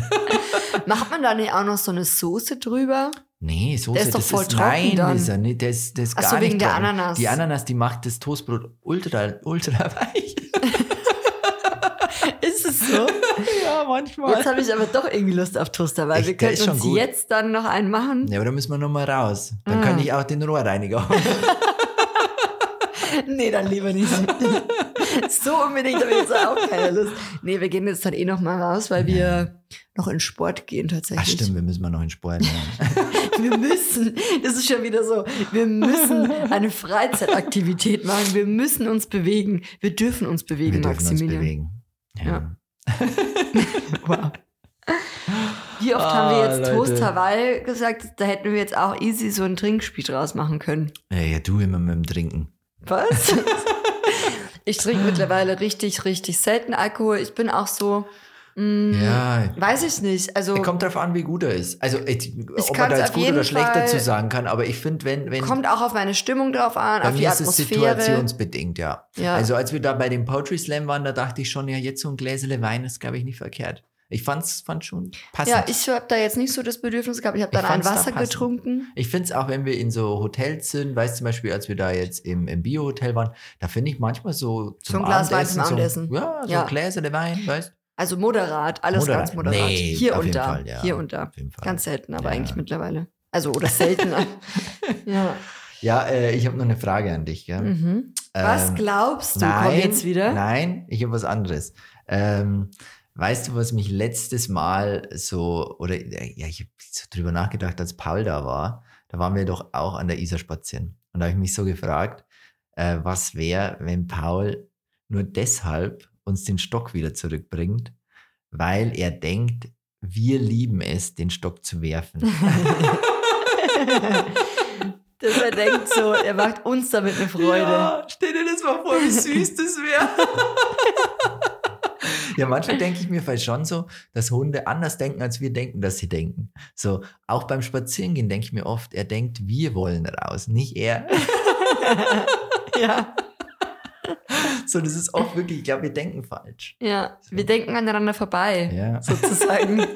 Speaker 1: Macht man da nicht auch noch so eine Soße drüber?
Speaker 2: Nee, Soße,
Speaker 1: Der ist doch
Speaker 2: das
Speaker 1: voll
Speaker 2: ist,
Speaker 1: trocken
Speaker 2: nein,
Speaker 1: dann.
Speaker 2: ist er nicht. Der ist, der ist
Speaker 1: Ach
Speaker 2: gar
Speaker 1: so, wegen
Speaker 2: nicht
Speaker 1: der
Speaker 2: trocken.
Speaker 1: Ananas.
Speaker 2: Die Ananas, die macht das Toastbrot ultra, ultra <laughs> weich.
Speaker 1: Ist es so? <laughs>
Speaker 2: ja,
Speaker 1: Jetzt
Speaker 2: manchmal.
Speaker 1: habe ich aber doch irgendwie Lust auf Toaster, weil
Speaker 2: Echt,
Speaker 1: wir
Speaker 2: der
Speaker 1: können
Speaker 2: ist schon
Speaker 1: uns
Speaker 2: gut.
Speaker 1: jetzt dann noch einen machen.
Speaker 2: Ja, aber da müssen wir nochmal raus. Dann
Speaker 1: Ah.
Speaker 2: könnte ich auch den Rohrreiniger holen.
Speaker 1: Nee, dann lieber nicht. <laughs> so unbedingt habe ich jetzt auch keine Lust. Nee, wir gehen jetzt dann eh noch mal raus, weil wir noch in Sport gehen
Speaker 2: Ach
Speaker 1: tatsächlich.
Speaker 2: stimmt, wir müssen mal noch in
Speaker 1: <laughs>
Speaker 2: Sport machen.
Speaker 1: Wir müssen, das ist schon wieder so, wir
Speaker 2: <laughs>
Speaker 1: müssen eine Freizeitaktivität machen. Wir müssen uns bewegen. Wir dürfen uns bewegen,
Speaker 2: Wir dürfen uns
Speaker 1: Maximilian.
Speaker 2: bewegen. Ja.
Speaker 1: Ja. Wow. Wie oft haben wir
Speaker 2: Ah,
Speaker 1: jetzt
Speaker 2: Leute.
Speaker 1: Toast Hawaii gesagt? Da hätten wir jetzt auch easy so ein Trinkspiel draus machen können.
Speaker 2: Ja, ja, du immer mit dem Trinken. <laughs>
Speaker 1: Was? ich trinke mittlerweile richtig, richtig selten Alkohol. Ich bin auch so. Mh,
Speaker 2: Ja.
Speaker 1: Weiß ich nicht. Also kommt,
Speaker 2: Kommt drauf an, wie gut er ist. Also, ich, ob man
Speaker 1: kann's
Speaker 2: da jetzt
Speaker 1: auf
Speaker 2: gut
Speaker 1: jeden
Speaker 2: oder schlecht
Speaker 1: Fall-
Speaker 2: dazu sagen kann, aber ich finde, wenn, wenn
Speaker 1: auch auf meine Stimmung drauf an,
Speaker 2: Bei
Speaker 1: auf die
Speaker 2: mir ist es
Speaker 1: Atmosphäre.
Speaker 2: situationsbedingt, ja.
Speaker 1: Ja.
Speaker 2: Also als wir da bei dem Poetry Slam waren, da dachte ich schon, ja, jetzt so ein Gläsele Wein ist, glaube ich, nicht verkehrt. Ich fand's, fand schon passend.
Speaker 1: Ja, ich habe da jetzt nicht so das Bedürfnis gehabt. Ich habe
Speaker 2: Ich
Speaker 1: dann ein
Speaker 2: fand's da
Speaker 1: Wasser
Speaker 2: passend.
Speaker 1: getrunken.
Speaker 2: Ich finde es auch, wenn wir in so Hotels sind, weißt du, zum Beispiel, als wir da jetzt im, im Bio-Hotel waren, da finde ich manchmal so zum
Speaker 1: So ein Glas Wein
Speaker 2: Abendessen,
Speaker 1: zum Abendessen.
Speaker 2: So, ja, so
Speaker 1: Ja.
Speaker 2: ein Gläsele Wein, weißt du?
Speaker 1: Also moderat, alles
Speaker 2: Moderat.
Speaker 1: ganz moderat.
Speaker 2: Nee,
Speaker 1: hier
Speaker 2: auf
Speaker 1: und
Speaker 2: jeden
Speaker 1: da.
Speaker 2: Fall, ja.
Speaker 1: Hier und da.
Speaker 2: Auf jeden Fall.
Speaker 1: Ganz selten, aber
Speaker 2: Ja.
Speaker 1: eigentlich mittlerweile. Also oder
Speaker 2: <laughs>
Speaker 1: seltener. ja.
Speaker 2: Ja, äh, ich habe noch eine Frage an dich. Gell?
Speaker 1: Mhm. Was
Speaker 2: Ähm,
Speaker 1: glaubst du?
Speaker 2: nein,
Speaker 1: Komm jetzt wieder.
Speaker 2: Nein, ich habe was anderes. Ähm, weißt du, was mich letztes Mal so, oder äh, ja, ich habe so drüber nachgedacht, als Paul da war, da waren wir doch auch an der Isar spazieren. Und da habe ich mich so gefragt, äh, was wäre, wenn Paul nur deshalb uns den Stock wieder zurückbringt, weil er denkt, wir lieben es, den Stock zu werfen.
Speaker 1: Dass er denkt so, er macht uns damit eine Freude.
Speaker 2: Ja, stell dir das mal vor, wie <laughs> süß das wäre. ja, manchmal denke ich mir vielleicht schon so, dass Hunde anders denken, als wir denken, dass sie denken. So, auch beim Spazierengehen denke ich mir oft, er denkt, wir wollen raus, nicht <laughs> er.
Speaker 1: Ja.
Speaker 2: So, das ist oft wirklich, ich glaube, wir denken falsch.
Speaker 1: ja.
Speaker 2: So.
Speaker 1: Wir denken aneinander vorbei,
Speaker 2: Ja.
Speaker 1: sozusagen.
Speaker 2: <laughs>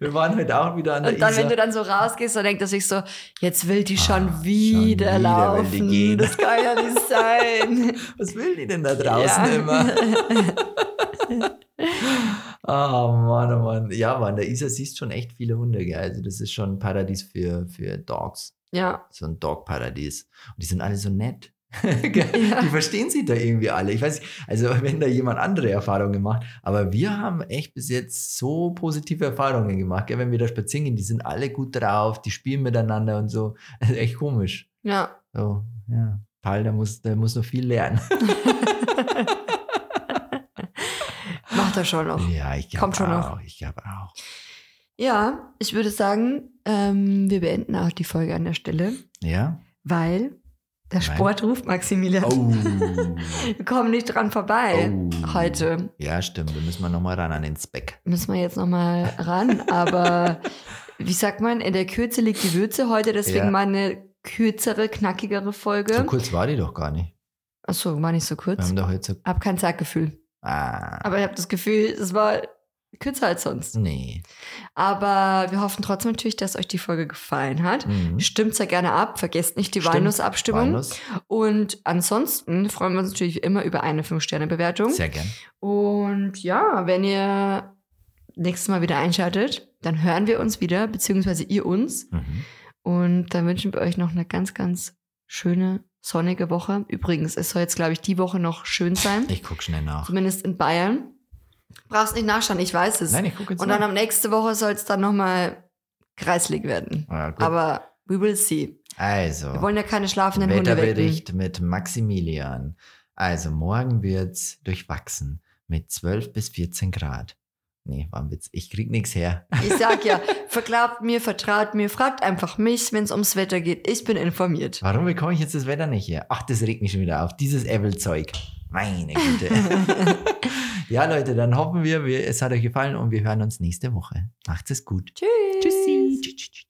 Speaker 2: Wir waren heute auch wieder an der
Speaker 1: Und dann,
Speaker 2: Isar.
Speaker 1: wenn du dann so rausgehst, dann denkt er sich so, jetzt will die schon
Speaker 2: Ah, schon
Speaker 1: wieder
Speaker 2: wieder
Speaker 1: laufen.
Speaker 2: will die gehen.
Speaker 1: Das kann ja nicht
Speaker 2: <laughs>
Speaker 1: sein.
Speaker 2: Was will die denn da
Speaker 1: Ja.
Speaker 2: draußen immer?
Speaker 1: <laughs>
Speaker 2: Oh Mann, oh Mann. Ja, Mann, der Isar siehst schon echt viele Hunde, gell? Also das ist schon ein Paradies für, für Dogs.
Speaker 1: Ja.
Speaker 2: so ein Dog-Paradies. Und die sind alle so nett. <laughs> Gell?
Speaker 1: Ja.
Speaker 2: Die verstehen sich da irgendwie alle. Ich weiß, nicht, also wenn da jemand andere Erfahrungen macht, aber wir haben echt bis jetzt so positive Erfahrungen gemacht. Gell? Wenn wir da spazieren gehen, die sind alle gut drauf, die spielen miteinander und so. Also echt komisch.
Speaker 1: Ja.
Speaker 2: So, ja. Paul, der muss, der muss noch viel lernen.
Speaker 1: Macht er schon noch.
Speaker 2: Ja, ich glaube
Speaker 1: Kommt schon noch.
Speaker 2: auch. Ich glaube auch.
Speaker 1: Ja, ich würde sagen, ähm, wir beenden auch die Folge an der Stelle, <laughs>
Speaker 2: Ja?
Speaker 1: weil der
Speaker 2: Weil?
Speaker 1: Sport ruft Maximilian.
Speaker 2: Oh.
Speaker 1: Wir kommen nicht dran vorbei
Speaker 2: Oh.
Speaker 1: heute.
Speaker 2: Ja, stimmt. Da müssen wir nochmal ran an den Speck.
Speaker 1: müssen wir jetzt nochmal ran,
Speaker 2: <laughs>
Speaker 1: aber wie sagt man, in der Kürze liegt die Würze heute, deswegen
Speaker 2: Ja.
Speaker 1: mal eine kürzere, knackigere
Speaker 2: So
Speaker 1: Folge.
Speaker 2: kurz war die doch gar nicht.
Speaker 1: Achso, war nicht so
Speaker 2: Wir
Speaker 1: kurz.
Speaker 2: haben doch jetzt so.
Speaker 1: Hab kein Zeitgefühl.
Speaker 2: Ah.
Speaker 1: Aber ich habe das Gefühl, es war kürzer als sonst.
Speaker 2: Nee.
Speaker 1: Aber wir hoffen trotzdem natürlich, dass euch die Folge gefallen hat.
Speaker 2: Mhm.
Speaker 1: Stimmt sehr gerne ab, vergesst nicht die
Speaker 2: Stimmt.
Speaker 1: Walnussabstimmung.
Speaker 2: Walnuss.
Speaker 1: Und ansonsten freuen wir uns natürlich wie immer über eine 5-Sterne-Bewertung.
Speaker 2: Sehr gern.
Speaker 1: Und ja, wenn ihr nächstes Mal wieder einschaltet, dann hören wir uns wieder, beziehungsweise ihr uns.
Speaker 2: Mhm.
Speaker 1: Und dann wünschen wir euch noch eine ganz, ganz schöne, sonnige Woche. Übrigens, es soll jetzt, glaube ich, die Woche noch schön sein.
Speaker 2: Ich gucke schnell nach.
Speaker 1: Zumindest in Bayern. Brauchst nicht nachschauen, ich weiß es.
Speaker 2: Nein, ich gucke jetzt
Speaker 1: Und dann
Speaker 2: nach.
Speaker 1: am nächste Woche soll es dann nochmal kreislig werden.
Speaker 2: Ah, gut.
Speaker 1: Aber we will see.
Speaker 2: also,
Speaker 1: Wir wollen ja keine schlafenden Hunde wecken.
Speaker 2: Wetterbericht mit Maximilian. Also, morgen wird's durchwachsen mit 12 bis 14 Grad. Nee, war ein Witz. Ich krieg nichts her.
Speaker 1: Ich sag ja, verglaubt mir, vertraut mir, fragt einfach mich, wenn es ums Wetter geht. Ich bin informiert.
Speaker 2: Warum bekomme ich jetzt das Wetter nicht her? Ach, das regt mich schon wieder auf. Dieses Apple-Zeug. Meine Güte. ja, Leute, dann hoffen wir, wir, es hat euch gefallen und wir hören uns nächste Woche. Macht's es gut.
Speaker 1: Tschüss.
Speaker 2: Tschüssi. Tschüss, tschüss, tschüss.